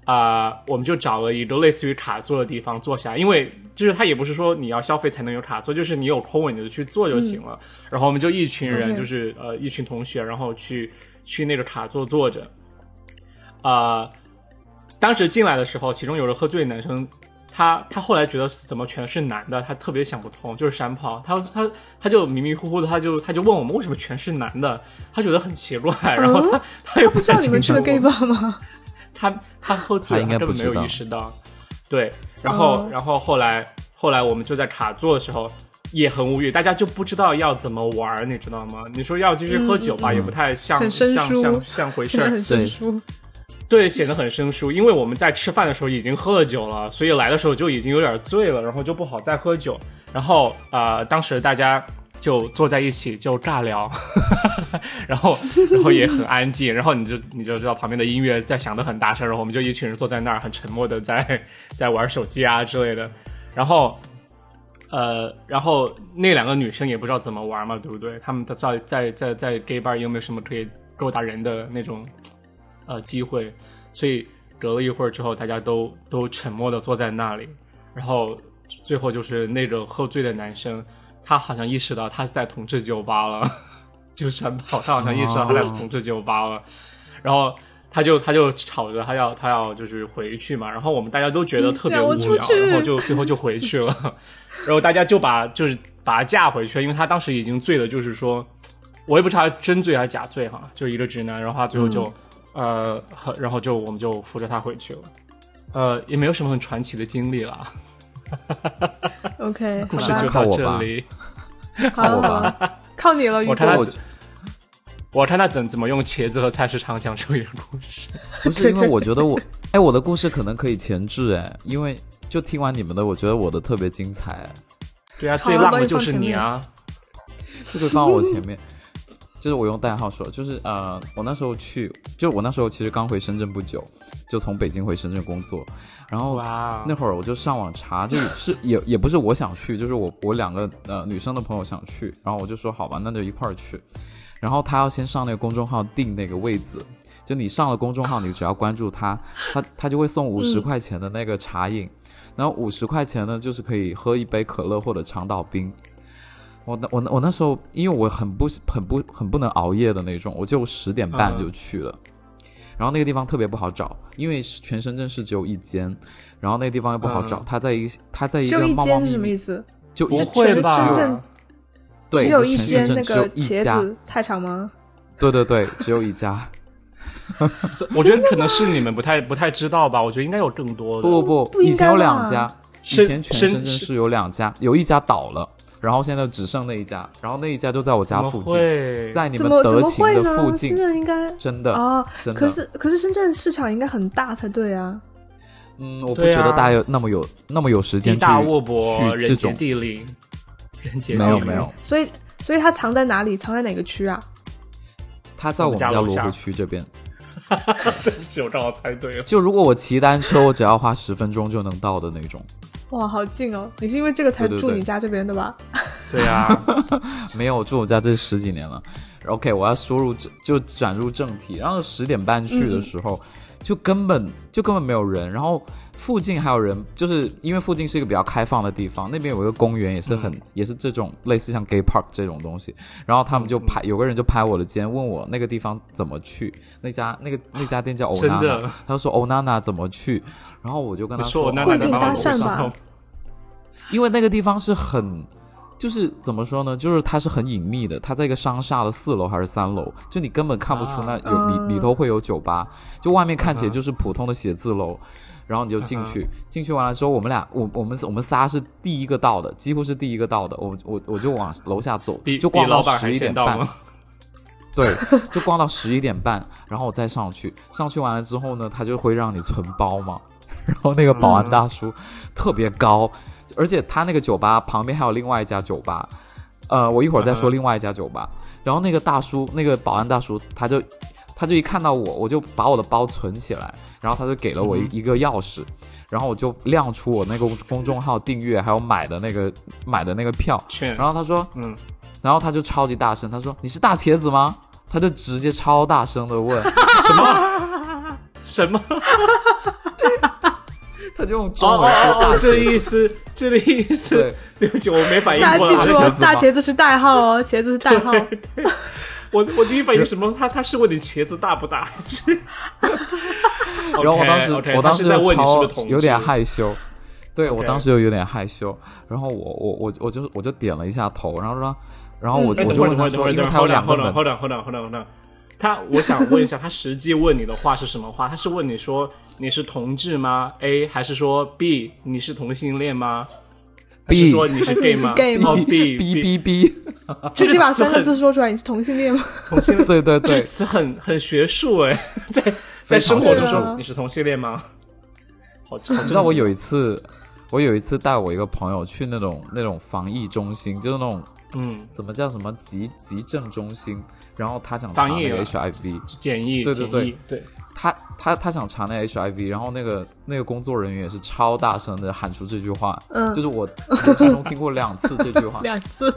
[SPEAKER 1] 啊、呃我们就找了一个类似于卡座的地方坐下，因为就是他也不是说你要消费才能有卡座，就是你有空位你就去坐就行了。然后我们就一群人，
[SPEAKER 3] OK
[SPEAKER 1] 就是呃一群同学，然后去去那个卡座坐着，啊、当时进来的时候，其中有个喝醉的男生，他他后来觉得怎么全是男的，他特别想不通，就是山炮，他他他就迷迷糊糊的，他就他就问我们为什么全是男的，他觉得很奇怪，然后他、他又
[SPEAKER 3] 嗯他不知道你们去了 gay
[SPEAKER 1] bar，
[SPEAKER 3] bar 吗？
[SPEAKER 1] 他他喝醉
[SPEAKER 2] 他
[SPEAKER 1] 了，
[SPEAKER 2] 应该
[SPEAKER 1] 根
[SPEAKER 2] 不
[SPEAKER 1] 本没有
[SPEAKER 2] 知道
[SPEAKER 1] 意识到，对，然后、
[SPEAKER 3] 嗯
[SPEAKER 1] 然后后来后来我们就在卡座的时候。也很无语，大家就不知道要怎么玩儿，你知道吗？你说要继续喝酒吧，
[SPEAKER 2] 嗯嗯
[SPEAKER 1] 也不太像
[SPEAKER 3] 很生
[SPEAKER 1] 像
[SPEAKER 3] 疏
[SPEAKER 1] 像像回事
[SPEAKER 3] 现在
[SPEAKER 1] 儿，
[SPEAKER 3] 很生疏，
[SPEAKER 1] 对，显得很生疏，因为我们在吃饭的时候已经喝了酒了，所以来的时候就已经有点醉了，然后就不好再喝酒。然后呃，当时大家就坐在一起就尬聊， 然后然后也很安静，然后你就你就知道旁边的音乐在响得很大声，然后我们就一群人坐在那儿很沉默的在在玩手机啊之类的。然后呃，然后那两个女生也不知道怎么玩嘛，对不对？他们在在在在 gay bar 有没有什么可以勾搭人的那种呃机会？所以隔了一会儿之后，大家都都沉默的坐在那里，然后最后就是那个喝醉的男生，他好像意识到他是在同志酒吧了， 就是山炮，他好像意识到他在同志酒吧了，然后。他就他就吵着他要他要就是回去嘛，然后我们大家都觉得特别
[SPEAKER 3] 嗯让
[SPEAKER 1] 无
[SPEAKER 3] 我
[SPEAKER 1] 聊，
[SPEAKER 3] 出去
[SPEAKER 1] 然后就最后就回去了， 然后大家就把就是把他架回去了，因为他当时已经醉了，就是说我也不知道他真醉还是假醉哈，就一个直男，然后他最后就、
[SPEAKER 3] 嗯
[SPEAKER 1] 呃，和然后就我们就扶着他回去了，呃，也没有什么很传奇的经历啦，
[SPEAKER 3] OK，
[SPEAKER 1] 故
[SPEAKER 3] 好
[SPEAKER 1] 事
[SPEAKER 3] 吧
[SPEAKER 1] 就
[SPEAKER 2] 看
[SPEAKER 1] 到
[SPEAKER 2] 我
[SPEAKER 1] 这
[SPEAKER 2] 吧
[SPEAKER 1] 里，
[SPEAKER 3] 好
[SPEAKER 2] 我
[SPEAKER 3] 好
[SPEAKER 2] 吧
[SPEAKER 3] 好，靠你了，雨
[SPEAKER 1] 我
[SPEAKER 3] 果
[SPEAKER 1] 看。他
[SPEAKER 2] 我
[SPEAKER 1] 怎我看他怎怎么用茄子和菜市场讲这个故事，
[SPEAKER 2] 不是因为我觉得我， 哎，我的故事可能可以前置哎，因为就听完你们的，我觉得我的特别精彩哎，
[SPEAKER 1] 对啊，
[SPEAKER 3] 好
[SPEAKER 1] 最
[SPEAKER 3] 我
[SPEAKER 1] 浪
[SPEAKER 3] 帮
[SPEAKER 1] 的
[SPEAKER 3] 你
[SPEAKER 1] 就
[SPEAKER 3] 放
[SPEAKER 1] 是
[SPEAKER 3] 前
[SPEAKER 1] 你
[SPEAKER 3] 面
[SPEAKER 1] 啊，
[SPEAKER 2] 这个放我前面， 就是我用代号说，就是呃，我那时候去，就我那时候其实刚回深圳不久，就从北京回深圳工作，然后
[SPEAKER 1] 哇，
[SPEAKER 2] 那会儿我就上网查，这是也也不是我想去，就是我我两个呃女生的朋友想去，然后我就说好吧，那就一块儿去。然后他要先上那个公众号订那个位子，就你上了公众号，你只要关注他，他他就会送五十块钱的那个茶饮，然后五十块钱呢就是可以喝一杯可乐或者长岛冰。我那我那我那时候因为我很不很不很不能熬夜的那种，我就十点半
[SPEAKER 1] 嗯
[SPEAKER 2] 就去了。然后那个地方特别不好找，因为是全深圳市只有一间，然后那个地方又不好找。
[SPEAKER 1] 嗯
[SPEAKER 2] 它在一它在一
[SPEAKER 3] 只
[SPEAKER 2] 个
[SPEAKER 3] 有一
[SPEAKER 2] 猫猫
[SPEAKER 3] 间
[SPEAKER 2] 咪
[SPEAKER 3] 是什么
[SPEAKER 2] 咪
[SPEAKER 3] 意思？
[SPEAKER 2] 就
[SPEAKER 1] 不
[SPEAKER 2] 一
[SPEAKER 1] 会
[SPEAKER 3] 全
[SPEAKER 1] 吧？
[SPEAKER 3] 深圳
[SPEAKER 2] 对
[SPEAKER 3] 只有
[SPEAKER 2] 全
[SPEAKER 3] 一间
[SPEAKER 2] 深圳
[SPEAKER 3] 那
[SPEAKER 2] 只有
[SPEAKER 3] 个
[SPEAKER 2] 一
[SPEAKER 3] 茄
[SPEAKER 2] 家
[SPEAKER 3] 子菜场吗？
[SPEAKER 2] 对对对，只有一家。
[SPEAKER 1] 这我觉得可能是你们不太不太知道吧，我觉得应该有更多的。
[SPEAKER 2] 不不
[SPEAKER 3] 不
[SPEAKER 2] 以
[SPEAKER 3] 应该
[SPEAKER 2] 前有两
[SPEAKER 3] 吧
[SPEAKER 2] 家，以
[SPEAKER 1] 深
[SPEAKER 2] 前全
[SPEAKER 1] 深
[SPEAKER 2] 深圳
[SPEAKER 1] 深
[SPEAKER 2] 市有两家，有一家倒了，然后现在只剩那一家，然后那一家就在我
[SPEAKER 1] 怎
[SPEAKER 2] 家
[SPEAKER 1] 么
[SPEAKER 2] 附近，
[SPEAKER 1] 会？
[SPEAKER 2] 在你
[SPEAKER 3] 怎
[SPEAKER 2] 们
[SPEAKER 3] 么
[SPEAKER 2] 德
[SPEAKER 3] 怎么
[SPEAKER 2] 勤
[SPEAKER 3] 会
[SPEAKER 2] 的
[SPEAKER 3] 呢
[SPEAKER 2] 附？
[SPEAKER 3] 深
[SPEAKER 2] 近，
[SPEAKER 3] 圳应该
[SPEAKER 2] 真的
[SPEAKER 3] 哦，
[SPEAKER 2] 真的。
[SPEAKER 3] 可是可是深圳市场应该很大才对啊。
[SPEAKER 2] 嗯，我不
[SPEAKER 1] 对
[SPEAKER 2] 觉得
[SPEAKER 1] 啊
[SPEAKER 2] 大家有那么有那么有时间
[SPEAKER 1] 地
[SPEAKER 2] 去
[SPEAKER 1] 大物博，
[SPEAKER 2] 去这
[SPEAKER 1] 人杰
[SPEAKER 2] 种。
[SPEAKER 1] 地灵，人杰地
[SPEAKER 2] 没有
[SPEAKER 1] 灵。
[SPEAKER 2] 没有，
[SPEAKER 3] 所以所以它藏在哪里？藏在哪个区啊？
[SPEAKER 2] 他在我
[SPEAKER 1] 我们
[SPEAKER 2] 们家
[SPEAKER 1] 家楼
[SPEAKER 2] 罗湖
[SPEAKER 1] 下
[SPEAKER 2] 区这边，
[SPEAKER 1] 只有让我猜对了。
[SPEAKER 2] 就如果我骑单车，我只要花十分钟就能到的那种。
[SPEAKER 3] 哇，好近哦！你是因为这个才
[SPEAKER 2] 对对
[SPEAKER 3] 住
[SPEAKER 2] 对
[SPEAKER 3] 你家这边的吧？
[SPEAKER 1] 对 啊，
[SPEAKER 2] 没有，我住我家这十几年了。OK，我要输入这就转入正题。然后十点半去的时候，就根本就根本没有人，然后附近还有人，就是因为附近是一个比较开放的地方，那边有一个公园，也是
[SPEAKER 1] 嗯
[SPEAKER 2] 很、也是这种类似像 gay park 这种东西。然后他们就拍，有个人就拍我的肩，问我那个地方怎么去，那家那个那家店叫欧
[SPEAKER 1] 真
[SPEAKER 2] 娜
[SPEAKER 1] 的
[SPEAKER 2] 娜，他就说欧娜娜怎么去，然后我就跟
[SPEAKER 1] 你
[SPEAKER 2] 他
[SPEAKER 1] 说我那
[SPEAKER 3] 会
[SPEAKER 1] 奶
[SPEAKER 3] 被
[SPEAKER 1] 奶妈妈
[SPEAKER 3] 搭
[SPEAKER 1] 我不知
[SPEAKER 3] 讪
[SPEAKER 1] 道
[SPEAKER 3] 吧，
[SPEAKER 2] 因为那个地方是很，就是怎么说呢？就是它是很隐秘的，它在一个商厦的四楼还是三楼，就你根本看不出那
[SPEAKER 1] 啊
[SPEAKER 2] 有、
[SPEAKER 3] 嗯
[SPEAKER 2] 里里头会有酒吧，就外面看起
[SPEAKER 1] 嗯
[SPEAKER 2] 来
[SPEAKER 1] 哼
[SPEAKER 2] 就是普通的写字楼。然后你就进去
[SPEAKER 1] 啊
[SPEAKER 2] 进去完了之后，我们俩，我我们我们仨是第一个到的，几乎是第一个到的。我我我就往楼下走
[SPEAKER 1] 比，
[SPEAKER 2] 就
[SPEAKER 1] 比
[SPEAKER 2] 逛到
[SPEAKER 1] 老板
[SPEAKER 2] 十
[SPEAKER 1] 还
[SPEAKER 2] 一
[SPEAKER 1] 先
[SPEAKER 2] 点
[SPEAKER 1] 到
[SPEAKER 2] 半，
[SPEAKER 1] 吗？
[SPEAKER 2] 对， 就逛到十一点半，然后我再上去。上去完了之后呢，他就会让你存包嘛。 然后那个保
[SPEAKER 1] 嗯
[SPEAKER 2] 安大叔特别高，而且他那个酒吧旁边还有另外一家酒吧。呃，我一会儿再
[SPEAKER 1] 嗯
[SPEAKER 2] 说另外一家酒吧。然后那个大叔，那个保安大叔，他就他就一看到我，我就把我的包存起来，然后他就给了我一
[SPEAKER 1] 嗯
[SPEAKER 2] 一个钥匙，然后我就亮出我那个公众号订阅还有买的那个买的那个票，
[SPEAKER 1] 劝
[SPEAKER 2] 然，后他说
[SPEAKER 1] 嗯，
[SPEAKER 2] 然后他就超级大声，他说：“你是大茄子吗？”他就直接超大声 的问，
[SPEAKER 1] 什么？
[SPEAKER 2] 他就用
[SPEAKER 1] 哦
[SPEAKER 2] 中文
[SPEAKER 1] 哦
[SPEAKER 2] 说大
[SPEAKER 1] 哦，这个
[SPEAKER 2] 茄
[SPEAKER 1] 意
[SPEAKER 2] 子，
[SPEAKER 1] 思，这个意思
[SPEAKER 2] 对。
[SPEAKER 1] 对不起，哎我没反应
[SPEAKER 3] 大家
[SPEAKER 1] 过
[SPEAKER 3] 记
[SPEAKER 1] 来
[SPEAKER 3] 住，
[SPEAKER 2] 茄
[SPEAKER 3] 哦
[SPEAKER 2] 子，吗
[SPEAKER 3] 大茄子是代号哦，茄子是代 号。
[SPEAKER 1] 我我第一反应是什么？他他是问你茄子大不大？ 是。
[SPEAKER 2] 然后我当时
[SPEAKER 1] OK，OK，
[SPEAKER 2] 我当
[SPEAKER 1] 他
[SPEAKER 2] 时
[SPEAKER 1] 是在
[SPEAKER 2] 就
[SPEAKER 1] 问你是不
[SPEAKER 2] 超
[SPEAKER 1] 是同志
[SPEAKER 2] 有点害羞，对
[SPEAKER 1] OK
[SPEAKER 2] 我当时就有点害羞，然后我我我我就我就点了一下头，然后说，然后我、
[SPEAKER 1] 哎
[SPEAKER 2] 我
[SPEAKER 1] 等
[SPEAKER 2] 就
[SPEAKER 1] 会儿
[SPEAKER 2] 问
[SPEAKER 1] 等会儿等会儿
[SPEAKER 2] 他说，因为
[SPEAKER 1] 等
[SPEAKER 2] 他有
[SPEAKER 1] 会儿
[SPEAKER 2] 两个门，
[SPEAKER 1] hold on hold on hold on hold on，他我想问一下，他实际问你的话是什么话？他是问你说你是同志吗？A 还是说 B 你是同性恋吗
[SPEAKER 2] B
[SPEAKER 1] 还是说你是 gay 吗
[SPEAKER 3] 还是你是 gay 吗
[SPEAKER 1] 哦 B
[SPEAKER 2] 哔哔哔，
[SPEAKER 3] 直接把三个字说出来，你是同性恋 吗？
[SPEAKER 1] 同性恋，
[SPEAKER 2] 对对
[SPEAKER 1] 这
[SPEAKER 2] 对，
[SPEAKER 1] 词很很学术哎，在在
[SPEAKER 2] 非常
[SPEAKER 1] 生活中
[SPEAKER 3] 学术
[SPEAKER 1] 说你是同性恋吗？好，好
[SPEAKER 2] 你知道我
[SPEAKER 1] 正经
[SPEAKER 2] 有一次，我有一次带我一个朋友去那种那种防疫中心，就是那种
[SPEAKER 1] 嗯
[SPEAKER 2] 怎么叫什么急急症中心，然后他想查
[SPEAKER 1] 防疫
[SPEAKER 2] 那个
[SPEAKER 1] 了
[SPEAKER 2] HIV，
[SPEAKER 1] 简易
[SPEAKER 2] 对对
[SPEAKER 1] 简易对
[SPEAKER 2] 他他他想查那 HIV，然后那个那个工作人员也是超大声的喊出这句话，
[SPEAKER 3] 嗯，
[SPEAKER 2] 就是我 人生中听过两次这句话
[SPEAKER 3] 两 次，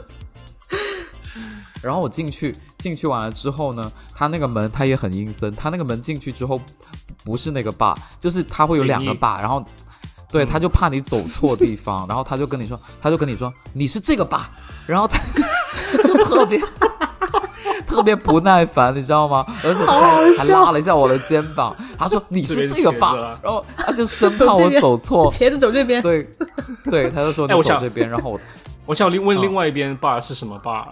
[SPEAKER 2] 然后我进去，进去完了之后呢，他那个门他也很阴森，他那个门进去之后不是那个坝，就是他会有两个
[SPEAKER 1] 对你
[SPEAKER 2] 坝，然后对
[SPEAKER 1] 嗯
[SPEAKER 2] 他就怕你走错地 方，然后他就跟你说，他就跟你说你是这个坝，然后他 就特别 特别不耐烦，你知道吗？而且
[SPEAKER 3] 好好
[SPEAKER 2] 他还
[SPEAKER 3] 笑
[SPEAKER 2] 拉了一下我的肩膀，他说你是这个坝
[SPEAKER 1] 这边是茄子啊，
[SPEAKER 2] 然后他就生怕
[SPEAKER 3] 走这
[SPEAKER 2] 我
[SPEAKER 3] 边
[SPEAKER 2] 走 错，
[SPEAKER 3] 茄子走这边，
[SPEAKER 2] 哦对对，他就说
[SPEAKER 1] 哎
[SPEAKER 2] 你
[SPEAKER 1] 我
[SPEAKER 2] 走
[SPEAKER 1] 想
[SPEAKER 2] 这边，然后我
[SPEAKER 1] 我想另问
[SPEAKER 2] 嗯啊
[SPEAKER 1] 另外一边 bar 是什么 bar？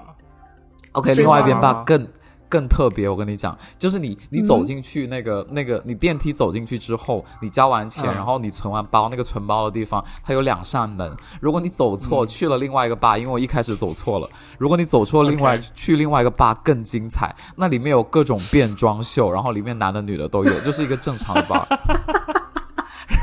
[SPEAKER 2] OK，
[SPEAKER 3] 是
[SPEAKER 2] 另外一边
[SPEAKER 1] 吗
[SPEAKER 2] 吧更更特别，我跟你讲，就是你你走
[SPEAKER 3] 嗯
[SPEAKER 2] 进去那个、那个，你电梯走进去之后，你交完钱，
[SPEAKER 1] 嗯
[SPEAKER 2] 然后你存完包，那个存包的地方它有两扇门，如果你走错、去了另外一个吧，因为我一开始走错了，如果你走错
[SPEAKER 1] OK
[SPEAKER 2] 另外去另外一个吧更精彩，那里面有各种变装秀，然后里面男的女的都有，就是一个正常的吧。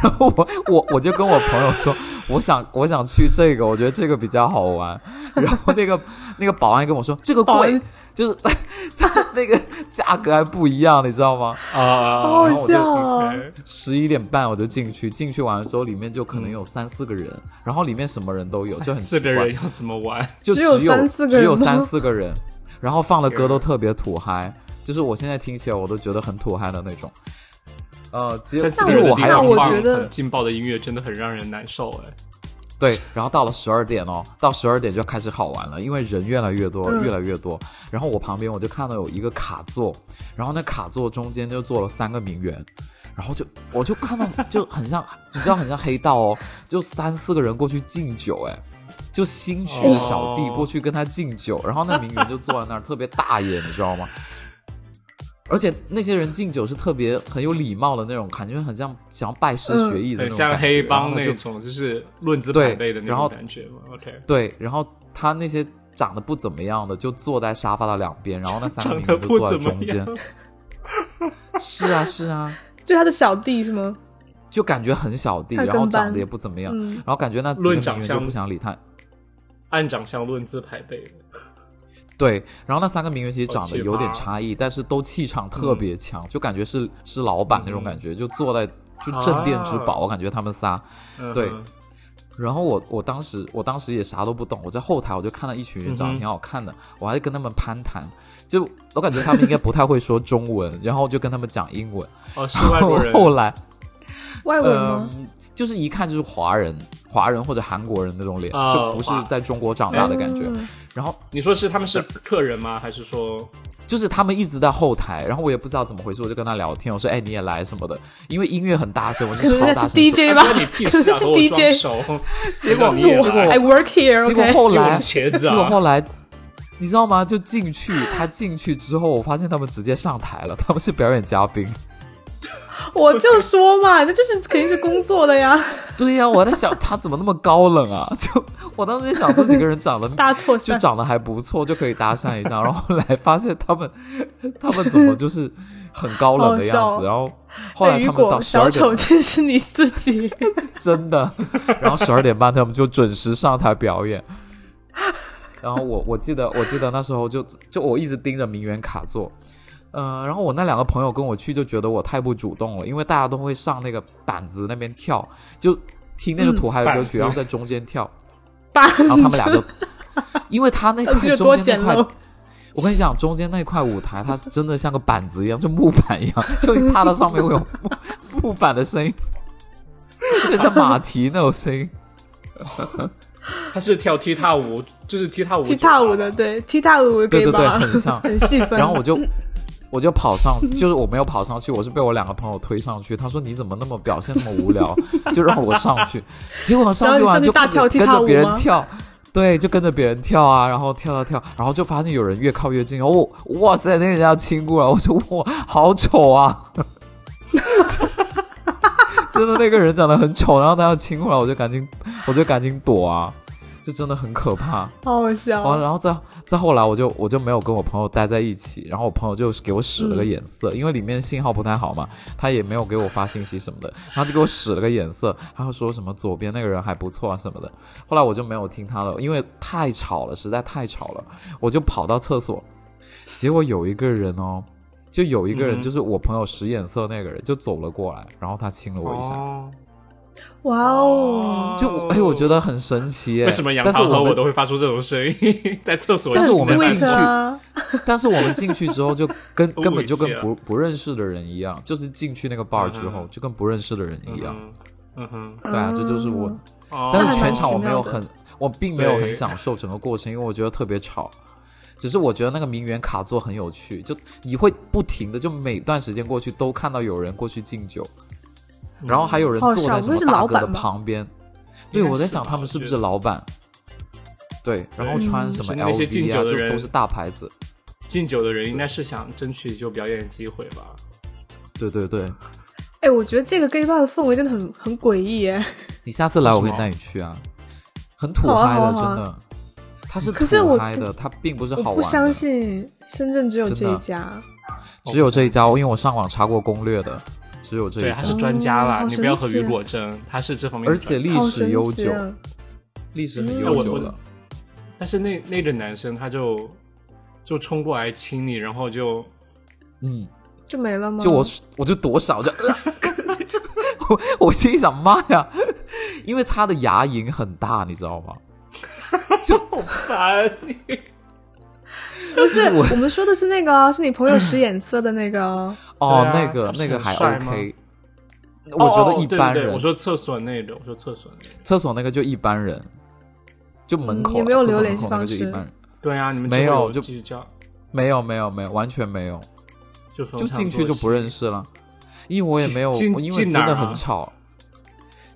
[SPEAKER 2] 然后我我我就跟我朋友说，我想我想去这个，我觉得这个比较好 玩。然后那个那个保安跟我说，这个
[SPEAKER 3] 保
[SPEAKER 2] 贵
[SPEAKER 3] 安，
[SPEAKER 2] 就是 它那个价格还不一样，你知道吗？
[SPEAKER 1] 啊，
[SPEAKER 3] 好
[SPEAKER 2] 然后
[SPEAKER 3] 好
[SPEAKER 2] 我就
[SPEAKER 3] 笑啊！
[SPEAKER 2] 十一点半我就进去，进去完了之后，里面就可能
[SPEAKER 3] 嗯
[SPEAKER 2] 有三四个人，然后里面什么人都有，就很
[SPEAKER 1] 四个
[SPEAKER 2] 奇怪
[SPEAKER 1] 人要怎么玩？
[SPEAKER 2] 就
[SPEAKER 3] 只有
[SPEAKER 2] 有
[SPEAKER 3] 三四个人
[SPEAKER 2] 只有
[SPEAKER 3] 吗
[SPEAKER 2] 三四个人，然后放的歌都特别土嗨，就是我现在听起来我都觉得很土嗨的那种。呃，结
[SPEAKER 1] 三四个
[SPEAKER 2] 因为
[SPEAKER 1] 人的
[SPEAKER 2] 我
[SPEAKER 1] 地
[SPEAKER 2] 还有
[SPEAKER 1] 方
[SPEAKER 3] 那我
[SPEAKER 1] 放
[SPEAKER 3] 觉得
[SPEAKER 1] 很劲爆的音乐真的很让人难受哎。
[SPEAKER 2] 对，然后到了十二点哦，到十二点就开始好玩了，因为人越来越多，
[SPEAKER 3] 嗯
[SPEAKER 2] 越来越多。然后我旁边我就看到有一个卡座，然后那卡座中间就坐了三个名媛，然后就我就看到就很像， 你知道很像黑道哦，就三四个人过去敬酒，哎，就新娶的小弟
[SPEAKER 1] 哦
[SPEAKER 2] 过去跟他敬酒，然后那名媛就坐在那儿特别大爷，你知道吗？而且那些人敬酒是特别很有礼貌的那种，感觉很像想要拜师
[SPEAKER 3] 嗯
[SPEAKER 2] 学艺的
[SPEAKER 1] 很
[SPEAKER 2] 那种感觉，
[SPEAKER 1] 像黑帮
[SPEAKER 2] 然后
[SPEAKER 1] 那
[SPEAKER 2] 就
[SPEAKER 1] 种，就是论资排辈的那
[SPEAKER 2] 对然后
[SPEAKER 1] 种感觉嘛。OK，
[SPEAKER 2] 对，然后他那些长得不怎么样的就坐在沙发的两边，然后那三
[SPEAKER 1] 长得
[SPEAKER 2] 个名人就
[SPEAKER 1] 不
[SPEAKER 2] 坐在
[SPEAKER 1] 怎
[SPEAKER 2] 中
[SPEAKER 1] 么
[SPEAKER 2] 间
[SPEAKER 1] 样。。
[SPEAKER 2] 是啊，是啊，
[SPEAKER 3] 就他的小弟是吗？
[SPEAKER 2] 就感觉很小弟，
[SPEAKER 3] 他
[SPEAKER 2] 然后
[SPEAKER 3] 跟班
[SPEAKER 2] 长得也不怎么样，
[SPEAKER 3] 嗯
[SPEAKER 2] 然后感觉那几个
[SPEAKER 1] 论
[SPEAKER 2] 名
[SPEAKER 1] 长
[SPEAKER 2] 人就
[SPEAKER 1] 相
[SPEAKER 2] 不想理他。
[SPEAKER 1] 按长相论资排辈的，
[SPEAKER 2] 对，然后那三个名媛其实
[SPEAKER 1] 好
[SPEAKER 2] 长得
[SPEAKER 1] 奇
[SPEAKER 2] 有点
[SPEAKER 1] 葩
[SPEAKER 2] 差异，但是都气场特别强，
[SPEAKER 1] 嗯
[SPEAKER 2] 就感觉是是老板那种感觉，就坐在就镇店之宝，
[SPEAKER 1] 啊
[SPEAKER 2] 我感觉他们仨。
[SPEAKER 1] 嗯
[SPEAKER 2] 对
[SPEAKER 1] 哼
[SPEAKER 2] 然后我我当时我当时也啥都不懂，我在后台我就看到一群人
[SPEAKER 1] 嗯
[SPEAKER 2] 长得
[SPEAKER 1] 哼
[SPEAKER 2] 挺好看的，我还跟他们攀谈，就我感觉他们应该不太会说中文， 然后就跟他们讲英文。
[SPEAKER 1] 哦，是外国人。
[SPEAKER 2] 后来，
[SPEAKER 3] 外国人吗
[SPEAKER 2] 嗯？，就是一看就是华人、华人或者韩国人那种脸，
[SPEAKER 1] 哦
[SPEAKER 2] 就不是
[SPEAKER 1] 华
[SPEAKER 2] 在中国长大呃的感觉。
[SPEAKER 3] 嗯
[SPEAKER 2] 然后
[SPEAKER 1] 你说是他们是客人吗？还是说
[SPEAKER 2] 就是他们一直在后台，然后我也不知道怎么回事，我就跟他聊天，我说：“哎，你也来什么的？”因为音乐很大声，我 就
[SPEAKER 3] 可能
[SPEAKER 2] 超
[SPEAKER 3] 人
[SPEAKER 2] 大
[SPEAKER 3] 家
[SPEAKER 2] 声
[SPEAKER 3] 是
[SPEAKER 2] 说。
[SPEAKER 3] DJ 吧
[SPEAKER 1] 关你屁 事啊！
[SPEAKER 3] 是
[SPEAKER 1] 和我装
[SPEAKER 3] DJ
[SPEAKER 1] 熟，
[SPEAKER 2] 结果
[SPEAKER 1] 你也
[SPEAKER 2] 结果
[SPEAKER 1] 来
[SPEAKER 3] ，I work here。
[SPEAKER 2] 结果
[SPEAKER 3] OK，
[SPEAKER 2] 后
[SPEAKER 1] 因为我
[SPEAKER 2] 来
[SPEAKER 1] 是茄子
[SPEAKER 2] 结果
[SPEAKER 1] 啊。
[SPEAKER 2] 后来，你知道吗？就进去，他进去之后，我发现他们直接上台了，他们是表演嘉宾。
[SPEAKER 3] 我就说嘛，那就是肯定是工作的呀，
[SPEAKER 2] 对呀、我在想他怎么那么高冷啊？ 就我当时就想这几个人长得
[SPEAKER 3] 大错
[SPEAKER 2] 就
[SPEAKER 3] 小
[SPEAKER 2] 长得还不错，就可以搭讪一下。然后后来发现他们他们怎么就是很高冷的样
[SPEAKER 3] 好
[SPEAKER 2] 子，
[SPEAKER 3] 笑
[SPEAKER 2] 然后后来
[SPEAKER 3] 雨
[SPEAKER 2] 他们到
[SPEAKER 3] 果，
[SPEAKER 2] 十二
[SPEAKER 3] 小
[SPEAKER 2] 点
[SPEAKER 3] 丑竟是你自己，
[SPEAKER 2] 真的。 然后十二点半他们就准时上台表演。然后我我记得我记得那时候就就我一直盯着名媛卡座，嗯、然后我那两个朋友跟我去就觉得我太不主动了，因为大家都会上那个板子那边跳，就听那个
[SPEAKER 3] 嗯
[SPEAKER 2] 土嗨的歌
[SPEAKER 1] 板
[SPEAKER 2] 曲，
[SPEAKER 1] 子
[SPEAKER 2] 然后在中间跳，
[SPEAKER 3] 把
[SPEAKER 2] 然后他们俩 就，因为 他那
[SPEAKER 3] 到底
[SPEAKER 2] 块
[SPEAKER 3] 有多
[SPEAKER 2] 中间
[SPEAKER 3] 简
[SPEAKER 2] 那块
[SPEAKER 3] 陋，？
[SPEAKER 2] 我跟你讲，中间那块舞台，它真的像个板子一样，就木板一样，就你踏到上面会有木木板的声音，就像马蹄那种声音。
[SPEAKER 1] 他是跳踢踏舞，就是踢踏舞，
[SPEAKER 3] 踢踏舞的，，对，踢踏舞
[SPEAKER 2] 对
[SPEAKER 3] 给
[SPEAKER 2] 对对，
[SPEAKER 3] 吧，
[SPEAKER 2] 很像。
[SPEAKER 3] 很细分。
[SPEAKER 2] 然后我就 我就跑上，就是我没有跑上去，我是被我两个朋友推上去。他说你怎么那么表现那么无聊，就让我上去。结果上
[SPEAKER 3] 然后
[SPEAKER 2] 去
[SPEAKER 3] 你
[SPEAKER 2] 完
[SPEAKER 3] 上去
[SPEAKER 2] 就
[SPEAKER 3] 大
[SPEAKER 2] 跟
[SPEAKER 3] 跳
[SPEAKER 2] 着
[SPEAKER 3] 踢
[SPEAKER 2] 跟
[SPEAKER 3] 踏
[SPEAKER 2] 着
[SPEAKER 3] 舞
[SPEAKER 2] 别人
[SPEAKER 3] 吗
[SPEAKER 2] 跳。对，就跟着别人跳啊，然后跳跳跳，然后就发现有人越靠越近，哦，哇塞，那人家亲过来，我说哇，好丑啊！ 真的那个人长得很丑，然后他要亲过来，我就赶紧，我就赶紧躲啊，就真的很可怕。
[SPEAKER 3] 好好
[SPEAKER 1] 哦
[SPEAKER 2] 完了，
[SPEAKER 3] 笑，
[SPEAKER 2] 然后再再后来，我就我就没有跟我朋友待在一起，然后我朋友就给我使
[SPEAKER 1] 嗯
[SPEAKER 2] 了个眼色，因为里面信号不太好嘛，他也没有给我发信息什么的，然后就给我使了个眼色，他就说什么左边那个人还不错啊什么的。后来我就没有听他的，因为太吵了，实在太吵了，我就跑到厕所，结果有一个人哦，就有一个
[SPEAKER 1] 嗯
[SPEAKER 2] 人，就是我朋友使眼色那个人，就走了过来，然后他亲了我一下，
[SPEAKER 1] 哦
[SPEAKER 3] 哇哦，
[SPEAKER 2] 就我哎，我觉得很神奇耶。
[SPEAKER 1] 为什么杨
[SPEAKER 2] 但是
[SPEAKER 1] 桃和
[SPEAKER 2] 我
[SPEAKER 1] 我
[SPEAKER 2] 们
[SPEAKER 1] 都会发出这种声音？ 在厕所
[SPEAKER 3] 就
[SPEAKER 1] 里，
[SPEAKER 2] 但
[SPEAKER 3] 很
[SPEAKER 2] 是我们进
[SPEAKER 3] sweet
[SPEAKER 2] 去
[SPEAKER 3] 啊，
[SPEAKER 2] 但是我们进去之后就跟
[SPEAKER 1] 都
[SPEAKER 2] 根本就跟
[SPEAKER 1] 猥亵了啊
[SPEAKER 2] 不不认识的人一样，就是进去那个 bar 之后
[SPEAKER 1] 嗯
[SPEAKER 2] 就跟不认识的人一样。
[SPEAKER 1] 嗯哼，嗯哼，
[SPEAKER 2] 对啊，这就是我。
[SPEAKER 3] 嗯
[SPEAKER 1] 哦
[SPEAKER 2] 但
[SPEAKER 3] 那还
[SPEAKER 2] 是
[SPEAKER 3] 蛮
[SPEAKER 2] 全场我
[SPEAKER 3] 奇
[SPEAKER 2] 没
[SPEAKER 3] 妙
[SPEAKER 2] 有
[SPEAKER 3] 的
[SPEAKER 2] 很，我并没有
[SPEAKER 1] 对
[SPEAKER 2] 很享受整个过程，因为我觉得特别吵。只是我觉得那个名媛卡座很有趣，就你会不停的就每段时间过去都看到有人过去敬酒，
[SPEAKER 1] 嗯
[SPEAKER 2] 然后还有人
[SPEAKER 3] 好
[SPEAKER 2] 坐在
[SPEAKER 3] 少
[SPEAKER 2] 什
[SPEAKER 3] 不
[SPEAKER 2] 么
[SPEAKER 3] 会是
[SPEAKER 2] 大
[SPEAKER 3] 老
[SPEAKER 2] 哥的
[SPEAKER 3] 板吧
[SPEAKER 2] 旁边。对，
[SPEAKER 1] 应该
[SPEAKER 2] 我在
[SPEAKER 1] 是
[SPEAKER 2] 想
[SPEAKER 1] 吧
[SPEAKER 2] 他们
[SPEAKER 1] 我
[SPEAKER 2] 是不
[SPEAKER 1] 觉
[SPEAKER 2] 是
[SPEAKER 1] 得
[SPEAKER 2] 老板？对，然后
[SPEAKER 1] 对
[SPEAKER 2] 穿
[SPEAKER 3] 嗯
[SPEAKER 2] 什么
[SPEAKER 1] 是那些
[SPEAKER 2] LV
[SPEAKER 1] 敬
[SPEAKER 2] 啊，
[SPEAKER 1] 酒的
[SPEAKER 2] 就都
[SPEAKER 1] 人
[SPEAKER 2] 是大牌子。
[SPEAKER 1] 敬酒的人应该是想争取就表演机会吧？
[SPEAKER 2] 对对对，
[SPEAKER 3] 哎，我觉得这个 gay bar 的氛围真的很很诡异耶。
[SPEAKER 2] 你下次来，
[SPEAKER 1] 为什
[SPEAKER 2] 我可以
[SPEAKER 1] 么
[SPEAKER 2] 带你去啊，很土
[SPEAKER 3] 好啊
[SPEAKER 2] 嗨
[SPEAKER 3] 好
[SPEAKER 2] 的，
[SPEAKER 3] 啊
[SPEAKER 2] 真
[SPEAKER 3] 好啊
[SPEAKER 2] 的。它是
[SPEAKER 3] 可是
[SPEAKER 2] 土
[SPEAKER 3] 我
[SPEAKER 2] 嗨
[SPEAKER 3] 不
[SPEAKER 2] 的，它并不是好玩
[SPEAKER 3] 我不
[SPEAKER 2] 的。
[SPEAKER 3] 相信深圳只有
[SPEAKER 2] 真
[SPEAKER 3] 这
[SPEAKER 2] 的
[SPEAKER 3] 一家，
[SPEAKER 2] 只有这一家，因为我上网查过攻略的，只有这
[SPEAKER 1] 对，
[SPEAKER 2] 一
[SPEAKER 1] 他
[SPEAKER 2] 家，
[SPEAKER 1] 是专家啦，
[SPEAKER 3] 哦
[SPEAKER 1] 你不要
[SPEAKER 3] 好
[SPEAKER 1] 和
[SPEAKER 3] 神奇
[SPEAKER 1] 雨果争，他是这方面的
[SPEAKER 2] 嗯而
[SPEAKER 1] 专家。
[SPEAKER 2] 且历
[SPEAKER 3] 好
[SPEAKER 2] 史
[SPEAKER 3] 神
[SPEAKER 2] 悠
[SPEAKER 3] 奇
[SPEAKER 2] 久，
[SPEAKER 3] 啊！
[SPEAKER 2] 历史很
[SPEAKER 3] 嗯
[SPEAKER 2] 悠
[SPEAKER 1] 我
[SPEAKER 2] 久
[SPEAKER 1] 我
[SPEAKER 2] 的。
[SPEAKER 1] 但是那那个男生他就就冲过来亲你，然后 就
[SPEAKER 2] 嗯，
[SPEAKER 3] 就没了吗？
[SPEAKER 2] 就我我就多少就， 我 我心想妈呀，因为他的牙龈很大，你知道吗？
[SPEAKER 1] 烦你。
[SPEAKER 3] 不是
[SPEAKER 2] 我
[SPEAKER 3] 我们说的是那个哦，是你朋友使眼色的那个哦。
[SPEAKER 2] 哦，
[SPEAKER 1] 对啊
[SPEAKER 2] 那个
[SPEAKER 1] 他不
[SPEAKER 2] 那
[SPEAKER 1] 是
[SPEAKER 2] 个
[SPEAKER 1] 很
[SPEAKER 2] 还
[SPEAKER 1] 帅吗
[SPEAKER 2] OK，我觉
[SPEAKER 1] 哦
[SPEAKER 2] 得
[SPEAKER 1] 哦
[SPEAKER 2] 一
[SPEAKER 1] 对
[SPEAKER 2] 般
[SPEAKER 1] 对
[SPEAKER 2] 人。
[SPEAKER 1] 对我说厕所那个，我说厕所那个。
[SPEAKER 2] 厕所那个就一般人，就门口
[SPEAKER 3] 嗯也
[SPEAKER 2] 啦
[SPEAKER 3] 没有
[SPEAKER 2] 厕所
[SPEAKER 3] 留
[SPEAKER 2] 门
[SPEAKER 3] 联系
[SPEAKER 2] 口那个
[SPEAKER 3] 方
[SPEAKER 2] 就
[SPEAKER 3] 式
[SPEAKER 2] 一般人，
[SPEAKER 1] 对啊，你们
[SPEAKER 2] 没
[SPEAKER 1] 之后
[SPEAKER 2] 有
[SPEAKER 1] 有
[SPEAKER 2] 就
[SPEAKER 1] 继续叫，
[SPEAKER 2] 没有没有没有，完全没有，
[SPEAKER 1] 就逢
[SPEAKER 2] 就
[SPEAKER 1] 场
[SPEAKER 2] 进去
[SPEAKER 1] 作
[SPEAKER 2] 就不认
[SPEAKER 1] 戏。
[SPEAKER 2] 识了，因为我也没有，
[SPEAKER 1] 进
[SPEAKER 2] 因为
[SPEAKER 1] 进
[SPEAKER 2] 真
[SPEAKER 1] 哪儿
[SPEAKER 2] 的
[SPEAKER 1] 啊
[SPEAKER 2] 很吵，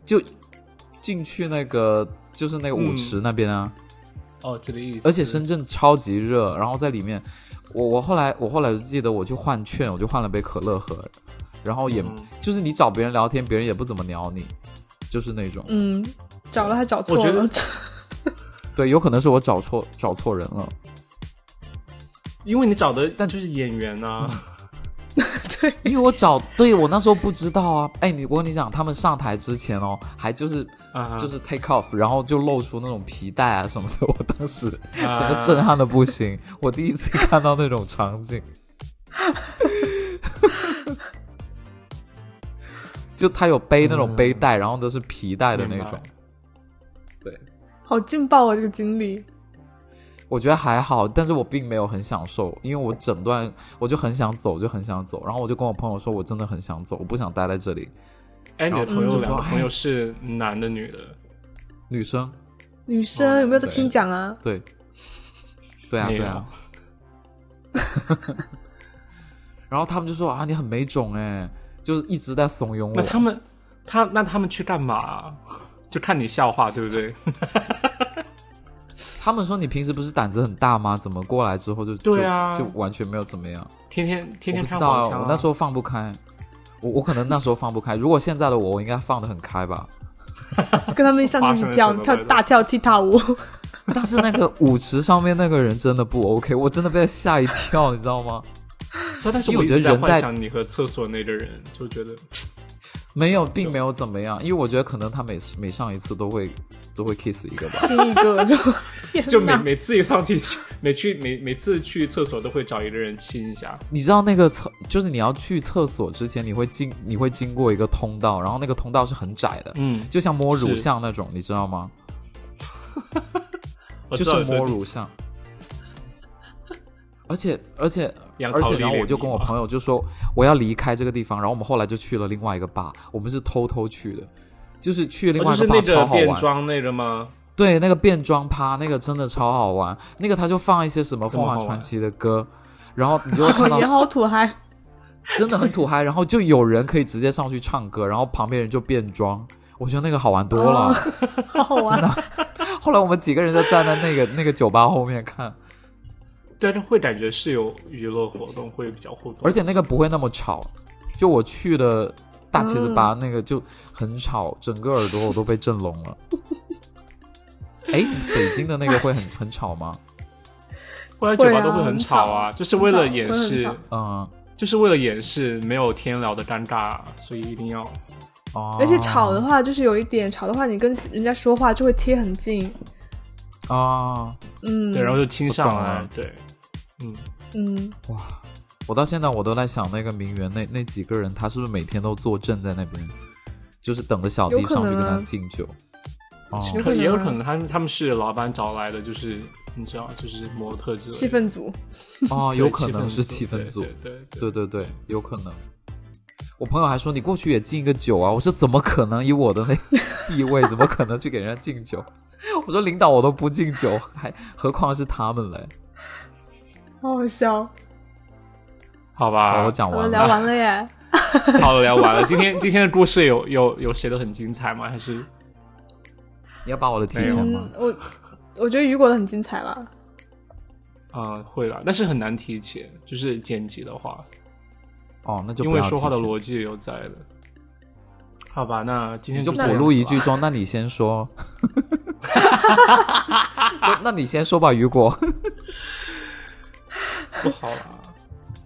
[SPEAKER 2] 就进去那个就是那个舞池那边啊，
[SPEAKER 1] 哦，这个意思。
[SPEAKER 2] 而且深圳超级热，然后在里面，我我后来我后来就记得我去换券，我就换了杯可乐喝，然后也、
[SPEAKER 1] 嗯
[SPEAKER 2] 就是你找别人聊天，别人也不怎么鸟你，就是那种，
[SPEAKER 3] 嗯，找了还找错
[SPEAKER 1] 我觉得
[SPEAKER 3] 了，
[SPEAKER 2] 对，有可能是我找错找错人了。
[SPEAKER 1] 因为你找的但就是演员啊呢，
[SPEAKER 2] 因为我找对我那时候不知道啊，哎，你我跟你讲，他们上台之前哦，还就是
[SPEAKER 1] 啊，
[SPEAKER 2] 就是 take off，然后就露出那种皮带啊什么的， 我当时
[SPEAKER 1] 啊
[SPEAKER 2] 整个震撼的不行，我第一 次看到那种场景， 就他有背那种背带，然后都是皮带的那
[SPEAKER 1] 嗯明白
[SPEAKER 2] 种，对，
[SPEAKER 3] 好劲爆啊！这个经历，
[SPEAKER 2] 我觉得还好，但是我并没有很享受，因为我整段我就很想走，就很想走，然后我就跟我朋友说，我真的很想走，我不想待在这里，
[SPEAKER 1] 哎，你的
[SPEAKER 2] 然
[SPEAKER 1] 朋
[SPEAKER 2] 后
[SPEAKER 3] 就
[SPEAKER 1] 友
[SPEAKER 2] 说
[SPEAKER 1] 两个
[SPEAKER 2] 哎
[SPEAKER 1] 朋友是男的女的？
[SPEAKER 2] 女生。
[SPEAKER 3] 女生有没有在听讲啊？
[SPEAKER 2] 对，对啊，
[SPEAKER 1] 没
[SPEAKER 2] 对
[SPEAKER 1] 有
[SPEAKER 2] 啊。然后他们就说啊，你很没种哎，就是一直在怂恿
[SPEAKER 1] 那
[SPEAKER 2] 我。
[SPEAKER 1] 他们他那他们去干嘛？就看你笑话，对不对？
[SPEAKER 2] 他们说你平时不是胆子很大吗？怎么过来之后就
[SPEAKER 1] 对啊
[SPEAKER 2] 就，就完全没有怎么样？
[SPEAKER 1] 天天天天
[SPEAKER 2] 我不知
[SPEAKER 1] 看
[SPEAKER 2] 道
[SPEAKER 1] 黄
[SPEAKER 2] 啊，
[SPEAKER 1] 腔啊。
[SPEAKER 2] 我那时候放不开，我我可能那时候放不开。如果现在的我，我应该放得很开吧。
[SPEAKER 3] 就跟他们上去一
[SPEAKER 1] 发
[SPEAKER 3] 跳
[SPEAKER 1] 生了什么
[SPEAKER 3] 跳
[SPEAKER 1] 来着
[SPEAKER 3] 大跳踢踏舞，
[SPEAKER 2] 但是那个舞池上面那个人真的不 OK，我真的被他吓一跳，你知道 吗？
[SPEAKER 1] 是啊，但是
[SPEAKER 2] 因
[SPEAKER 1] 我
[SPEAKER 2] 为
[SPEAKER 1] 一
[SPEAKER 2] 我觉得
[SPEAKER 1] 直在
[SPEAKER 2] 人
[SPEAKER 1] 幻
[SPEAKER 2] 在
[SPEAKER 1] 想你和厕所那个人，就觉得
[SPEAKER 2] 没有，并没有怎么样，因为我觉得可能他每每上一次都会都会 kiss 一个吧。
[SPEAKER 3] 亲一个就天
[SPEAKER 1] 就每
[SPEAKER 2] 啊
[SPEAKER 3] 哪！
[SPEAKER 1] 每次一趟去，每去每每次去厕所都会找一个人亲一下。
[SPEAKER 2] 你知道那个厕，就是你要去厕所之前，你会经你会经过一个通道，然后那个通道是很窄的，
[SPEAKER 1] 嗯，
[SPEAKER 2] 就像摸乳
[SPEAKER 1] 是
[SPEAKER 2] 巷那种，你知道吗？
[SPEAKER 1] 我
[SPEAKER 2] 就
[SPEAKER 1] 知道
[SPEAKER 2] 是摸
[SPEAKER 1] 这
[SPEAKER 2] 乳巷。而且 而且
[SPEAKER 1] 杨
[SPEAKER 2] 而
[SPEAKER 1] 桃
[SPEAKER 2] 且，
[SPEAKER 1] 李
[SPEAKER 2] 然后
[SPEAKER 1] 脸哦
[SPEAKER 2] 我就
[SPEAKER 1] 迷
[SPEAKER 2] 跟我
[SPEAKER 1] 嘛
[SPEAKER 2] 朋友就说我要离开这个地方，然后我们后来就去了另外一个吧，我们是偷偷去的，就是去另
[SPEAKER 1] 哦
[SPEAKER 2] 外
[SPEAKER 1] 就是
[SPEAKER 2] 一个吧
[SPEAKER 1] 那
[SPEAKER 2] 超
[SPEAKER 1] 个
[SPEAKER 2] 好
[SPEAKER 1] 变
[SPEAKER 2] 玩，
[SPEAKER 1] 装那个吗？
[SPEAKER 2] 对，那个变装趴那个真的超好玩，那个他就放一些什么
[SPEAKER 1] 这么
[SPEAKER 2] 凤凰
[SPEAKER 1] 好玩
[SPEAKER 2] 传奇的歌，然后你就会看 到
[SPEAKER 3] 也好 土嗨，
[SPEAKER 2] 真的很土嗨，然后就有人可以直接上去唱歌，然后旁边人就变装，我觉得那个好玩多了。
[SPEAKER 3] 好好玩。
[SPEAKER 2] 后来我们几个人就站在那个那个酒吧后面看，
[SPEAKER 1] 对，但会感觉是有娱乐活动，会比较互动。
[SPEAKER 2] 而且那个不会那么吵，就我去的大茄
[SPEAKER 3] 嗯
[SPEAKER 2] 子吧、那个就很吵，整个耳朵我都被震聋了。哎，北京的那个会 很很吵吗？
[SPEAKER 1] 后来酒吧
[SPEAKER 3] 会啊
[SPEAKER 1] 都会很吵啊，就是为了掩
[SPEAKER 3] 很
[SPEAKER 1] 饰
[SPEAKER 3] 吵会很，
[SPEAKER 2] 嗯，
[SPEAKER 1] 就是为了掩饰没有天聊的尴尬，所以一定要
[SPEAKER 2] 哦，
[SPEAKER 3] 而且吵的话，就是有一点吵的话，你跟人家说话就会贴很近，
[SPEAKER 2] 啊，
[SPEAKER 3] 嗯，
[SPEAKER 2] 哦
[SPEAKER 1] 对，然后就亲上
[SPEAKER 2] 我懂啊
[SPEAKER 1] 来
[SPEAKER 2] 了，
[SPEAKER 1] 对，嗯，
[SPEAKER 3] 嗯，
[SPEAKER 2] 哇，我到现在我都在想那个名媛那那几个人，他是不是每天都坐镇在那边，就是等着小弟
[SPEAKER 3] 有可
[SPEAKER 2] 上去
[SPEAKER 3] 能
[SPEAKER 2] 跟他
[SPEAKER 3] 啊
[SPEAKER 2] 敬酒。哦，
[SPEAKER 3] 有
[SPEAKER 1] 可
[SPEAKER 3] 可能啊
[SPEAKER 1] 也有可能他们他们是老板找来的，就是你知道，就是模特之类的
[SPEAKER 3] 气氛组，
[SPEAKER 2] 哦，
[SPEAKER 1] 对
[SPEAKER 2] 有可能是气
[SPEAKER 1] 气
[SPEAKER 2] 氛组，
[SPEAKER 1] 对对
[SPEAKER 2] 对对对，有可能。我朋友还说你过去也敬一个酒啊，我说怎么可能？以我的那地位，怎么可能去给人家敬酒？ 我说领导我都不敬酒，还何况是他们嘞？
[SPEAKER 3] 好好笑。
[SPEAKER 1] 好
[SPEAKER 2] 好，
[SPEAKER 1] 吧，
[SPEAKER 2] 我讲
[SPEAKER 3] 我
[SPEAKER 2] 完
[SPEAKER 3] 们聊
[SPEAKER 2] 了。
[SPEAKER 3] 完了耶，
[SPEAKER 1] 好了聊完了。今天今天的故事有有有写的很精彩吗？还是
[SPEAKER 2] 你要把我的提
[SPEAKER 1] 没有
[SPEAKER 2] 前吗
[SPEAKER 3] 嗯？，我我觉得雨果的很精彩了。
[SPEAKER 1] 啊、呃会了，但是很难提前，就是剪辑的话，
[SPEAKER 2] 哦，那就
[SPEAKER 1] 因
[SPEAKER 2] 不
[SPEAKER 1] 为
[SPEAKER 2] 要
[SPEAKER 1] 说
[SPEAKER 2] 提
[SPEAKER 1] 话的
[SPEAKER 2] 前
[SPEAKER 1] 逻辑也有在的。好吧，那今天
[SPEAKER 2] 你就
[SPEAKER 1] 这样
[SPEAKER 2] 补录一
[SPEAKER 1] 子
[SPEAKER 3] 啊
[SPEAKER 2] 句
[SPEAKER 1] 吧
[SPEAKER 2] 说：“那你先说。” 说那你先说吧，雨果。
[SPEAKER 1] 不好啦。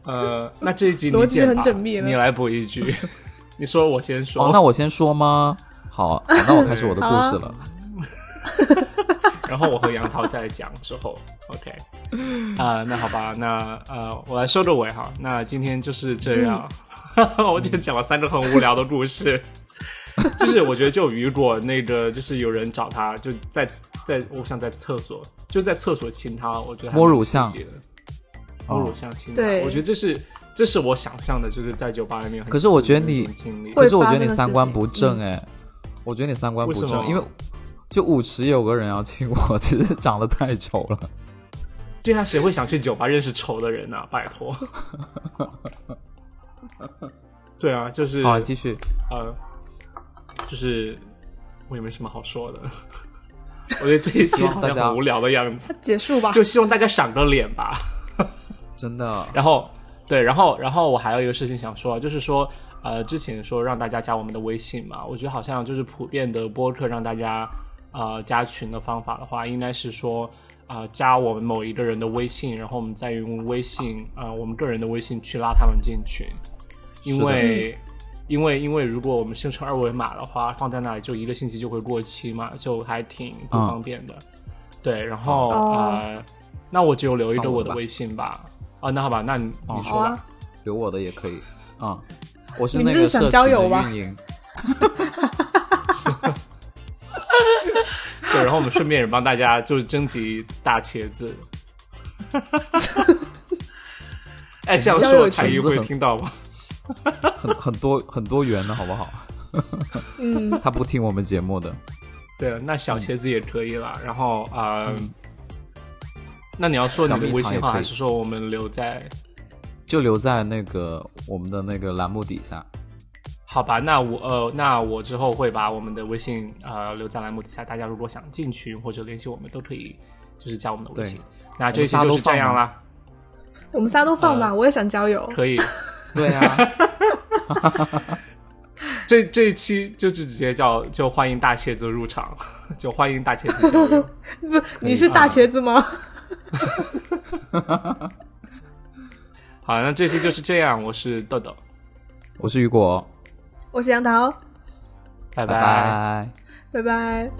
[SPEAKER 1] 呃，那这一集
[SPEAKER 3] 逻
[SPEAKER 1] 你
[SPEAKER 3] 辑
[SPEAKER 1] 剪
[SPEAKER 3] 很
[SPEAKER 1] 吧
[SPEAKER 3] 缜密了
[SPEAKER 1] 你来补一句。 你说我先说，
[SPEAKER 2] 哦，那我先说吗？好，好那我开始我的故事了。
[SPEAKER 1] 然后我和杨桃再讲之后，OK，啊、那好吧，那呃，我来收个尾哈。那今天就是
[SPEAKER 2] 嗯
[SPEAKER 1] 这样， 我就讲了三个很无聊的故事。就是我觉得就雨果那个，就是有人找他，就在在，我想在厕所，就在厕所亲他，我觉得还
[SPEAKER 2] 摸
[SPEAKER 1] 蛮
[SPEAKER 2] 乳
[SPEAKER 1] 刺
[SPEAKER 2] 像
[SPEAKER 1] 激的，
[SPEAKER 2] 哦
[SPEAKER 1] 摸乳像亲他，
[SPEAKER 3] 对
[SPEAKER 1] 我觉得这是这是我想象的，就是在酒吧里面很刺激的那种经历。
[SPEAKER 2] 可是我觉得你
[SPEAKER 3] 会
[SPEAKER 2] 可是我觉
[SPEAKER 3] 发
[SPEAKER 2] 得
[SPEAKER 3] 生
[SPEAKER 2] 你
[SPEAKER 3] 的
[SPEAKER 2] 三
[SPEAKER 3] 事
[SPEAKER 2] 观
[SPEAKER 3] 情嗯
[SPEAKER 2] 不正哎、我觉得你三观不
[SPEAKER 1] 为什
[SPEAKER 2] 正，
[SPEAKER 1] 么
[SPEAKER 2] 因为就舞池有个人要亲我，只是长得太丑了。
[SPEAKER 1] 对啊，谁会想去酒吧认识丑的人呢、啊？拜托。对啊，就是
[SPEAKER 2] 好，继续。
[SPEAKER 1] 呃，就是我也没什么好说的。 我觉得这一期好
[SPEAKER 2] 大
[SPEAKER 1] 像
[SPEAKER 2] 家
[SPEAKER 1] 很无聊的样子，
[SPEAKER 3] 结束吧，
[SPEAKER 1] 就希望大家赏个脸吧。
[SPEAKER 2] 真的，
[SPEAKER 1] 然后，对，然后，然后我还有一个事情想说，就是说，呃，之前说让大家加我们的微信嘛，我觉得好像就是普遍的播客让大家呃加群的方法的话，应该是说。啊、加我们某一个人的微信，然后我们再用微信，啊、我们个人的微信去拉他们进群，因为因为因为如果我们生成二维码的话，放在那里就一个星期就会过期嘛，就还挺不
[SPEAKER 2] 嗯
[SPEAKER 1] 方便的。对，然后、
[SPEAKER 3] 哦
[SPEAKER 1] 呃，那我就留一个
[SPEAKER 2] 放我
[SPEAKER 1] 我
[SPEAKER 2] 的
[SPEAKER 1] 的
[SPEAKER 2] 吧
[SPEAKER 1] 微信吧。啊，那好吧，那你
[SPEAKER 2] 哦
[SPEAKER 1] 你
[SPEAKER 3] 好
[SPEAKER 1] 说吧。
[SPEAKER 3] 啊，
[SPEAKER 2] 留我的也可以啊、我是
[SPEAKER 3] 你
[SPEAKER 2] 那
[SPEAKER 3] 们
[SPEAKER 2] 个
[SPEAKER 3] 就是想
[SPEAKER 2] 社
[SPEAKER 3] 交
[SPEAKER 2] 群
[SPEAKER 3] 友吧
[SPEAKER 2] 的运营。
[SPEAKER 1] 对，然后我们顺便也帮大家就是征集大茄子。 哎，这样
[SPEAKER 3] 交友
[SPEAKER 1] 说
[SPEAKER 3] 圈
[SPEAKER 1] 台一
[SPEAKER 2] 子
[SPEAKER 1] 会
[SPEAKER 2] 很
[SPEAKER 1] 听到吗？
[SPEAKER 2] 很很多很多元的好不好？
[SPEAKER 3] 嗯，
[SPEAKER 2] 他不听我们节目的，
[SPEAKER 1] 对，那小
[SPEAKER 2] 嗯
[SPEAKER 1] 茄子也可以啦。然后啊，呃那你要说你
[SPEAKER 2] 小蜜
[SPEAKER 1] 的
[SPEAKER 2] 糖
[SPEAKER 1] 微信
[SPEAKER 2] 也
[SPEAKER 1] 号，
[SPEAKER 2] 可以
[SPEAKER 1] 还是说我们留在？
[SPEAKER 2] 就留在那个我们的那个栏目底下。
[SPEAKER 1] 好吧，那我呃，那我之后会把我们的微信呃留在栏目底下，大家如果想进群或者联系我们，都可以就是加我们的微信
[SPEAKER 2] 对。
[SPEAKER 1] 那这一期
[SPEAKER 2] 我
[SPEAKER 1] 就
[SPEAKER 2] 们仨都
[SPEAKER 1] 是这样
[SPEAKER 2] 放吗
[SPEAKER 1] 啦，
[SPEAKER 3] 我们仨都放吧，
[SPEAKER 1] 呃
[SPEAKER 3] 我也想交友，
[SPEAKER 1] 可以。
[SPEAKER 2] 对啊，
[SPEAKER 1] 这这一期就是直接叫就欢迎大茄子入场， 就欢迎大茄子交 流。
[SPEAKER 3] 不，你是
[SPEAKER 1] 啊
[SPEAKER 3] 大茄子吗？
[SPEAKER 1] 好，那这期就是这样，我是豆豆，
[SPEAKER 2] 我是雨果，
[SPEAKER 3] 我哦是杨桃，
[SPEAKER 1] 拜
[SPEAKER 2] 拜拜
[SPEAKER 3] 拜拜。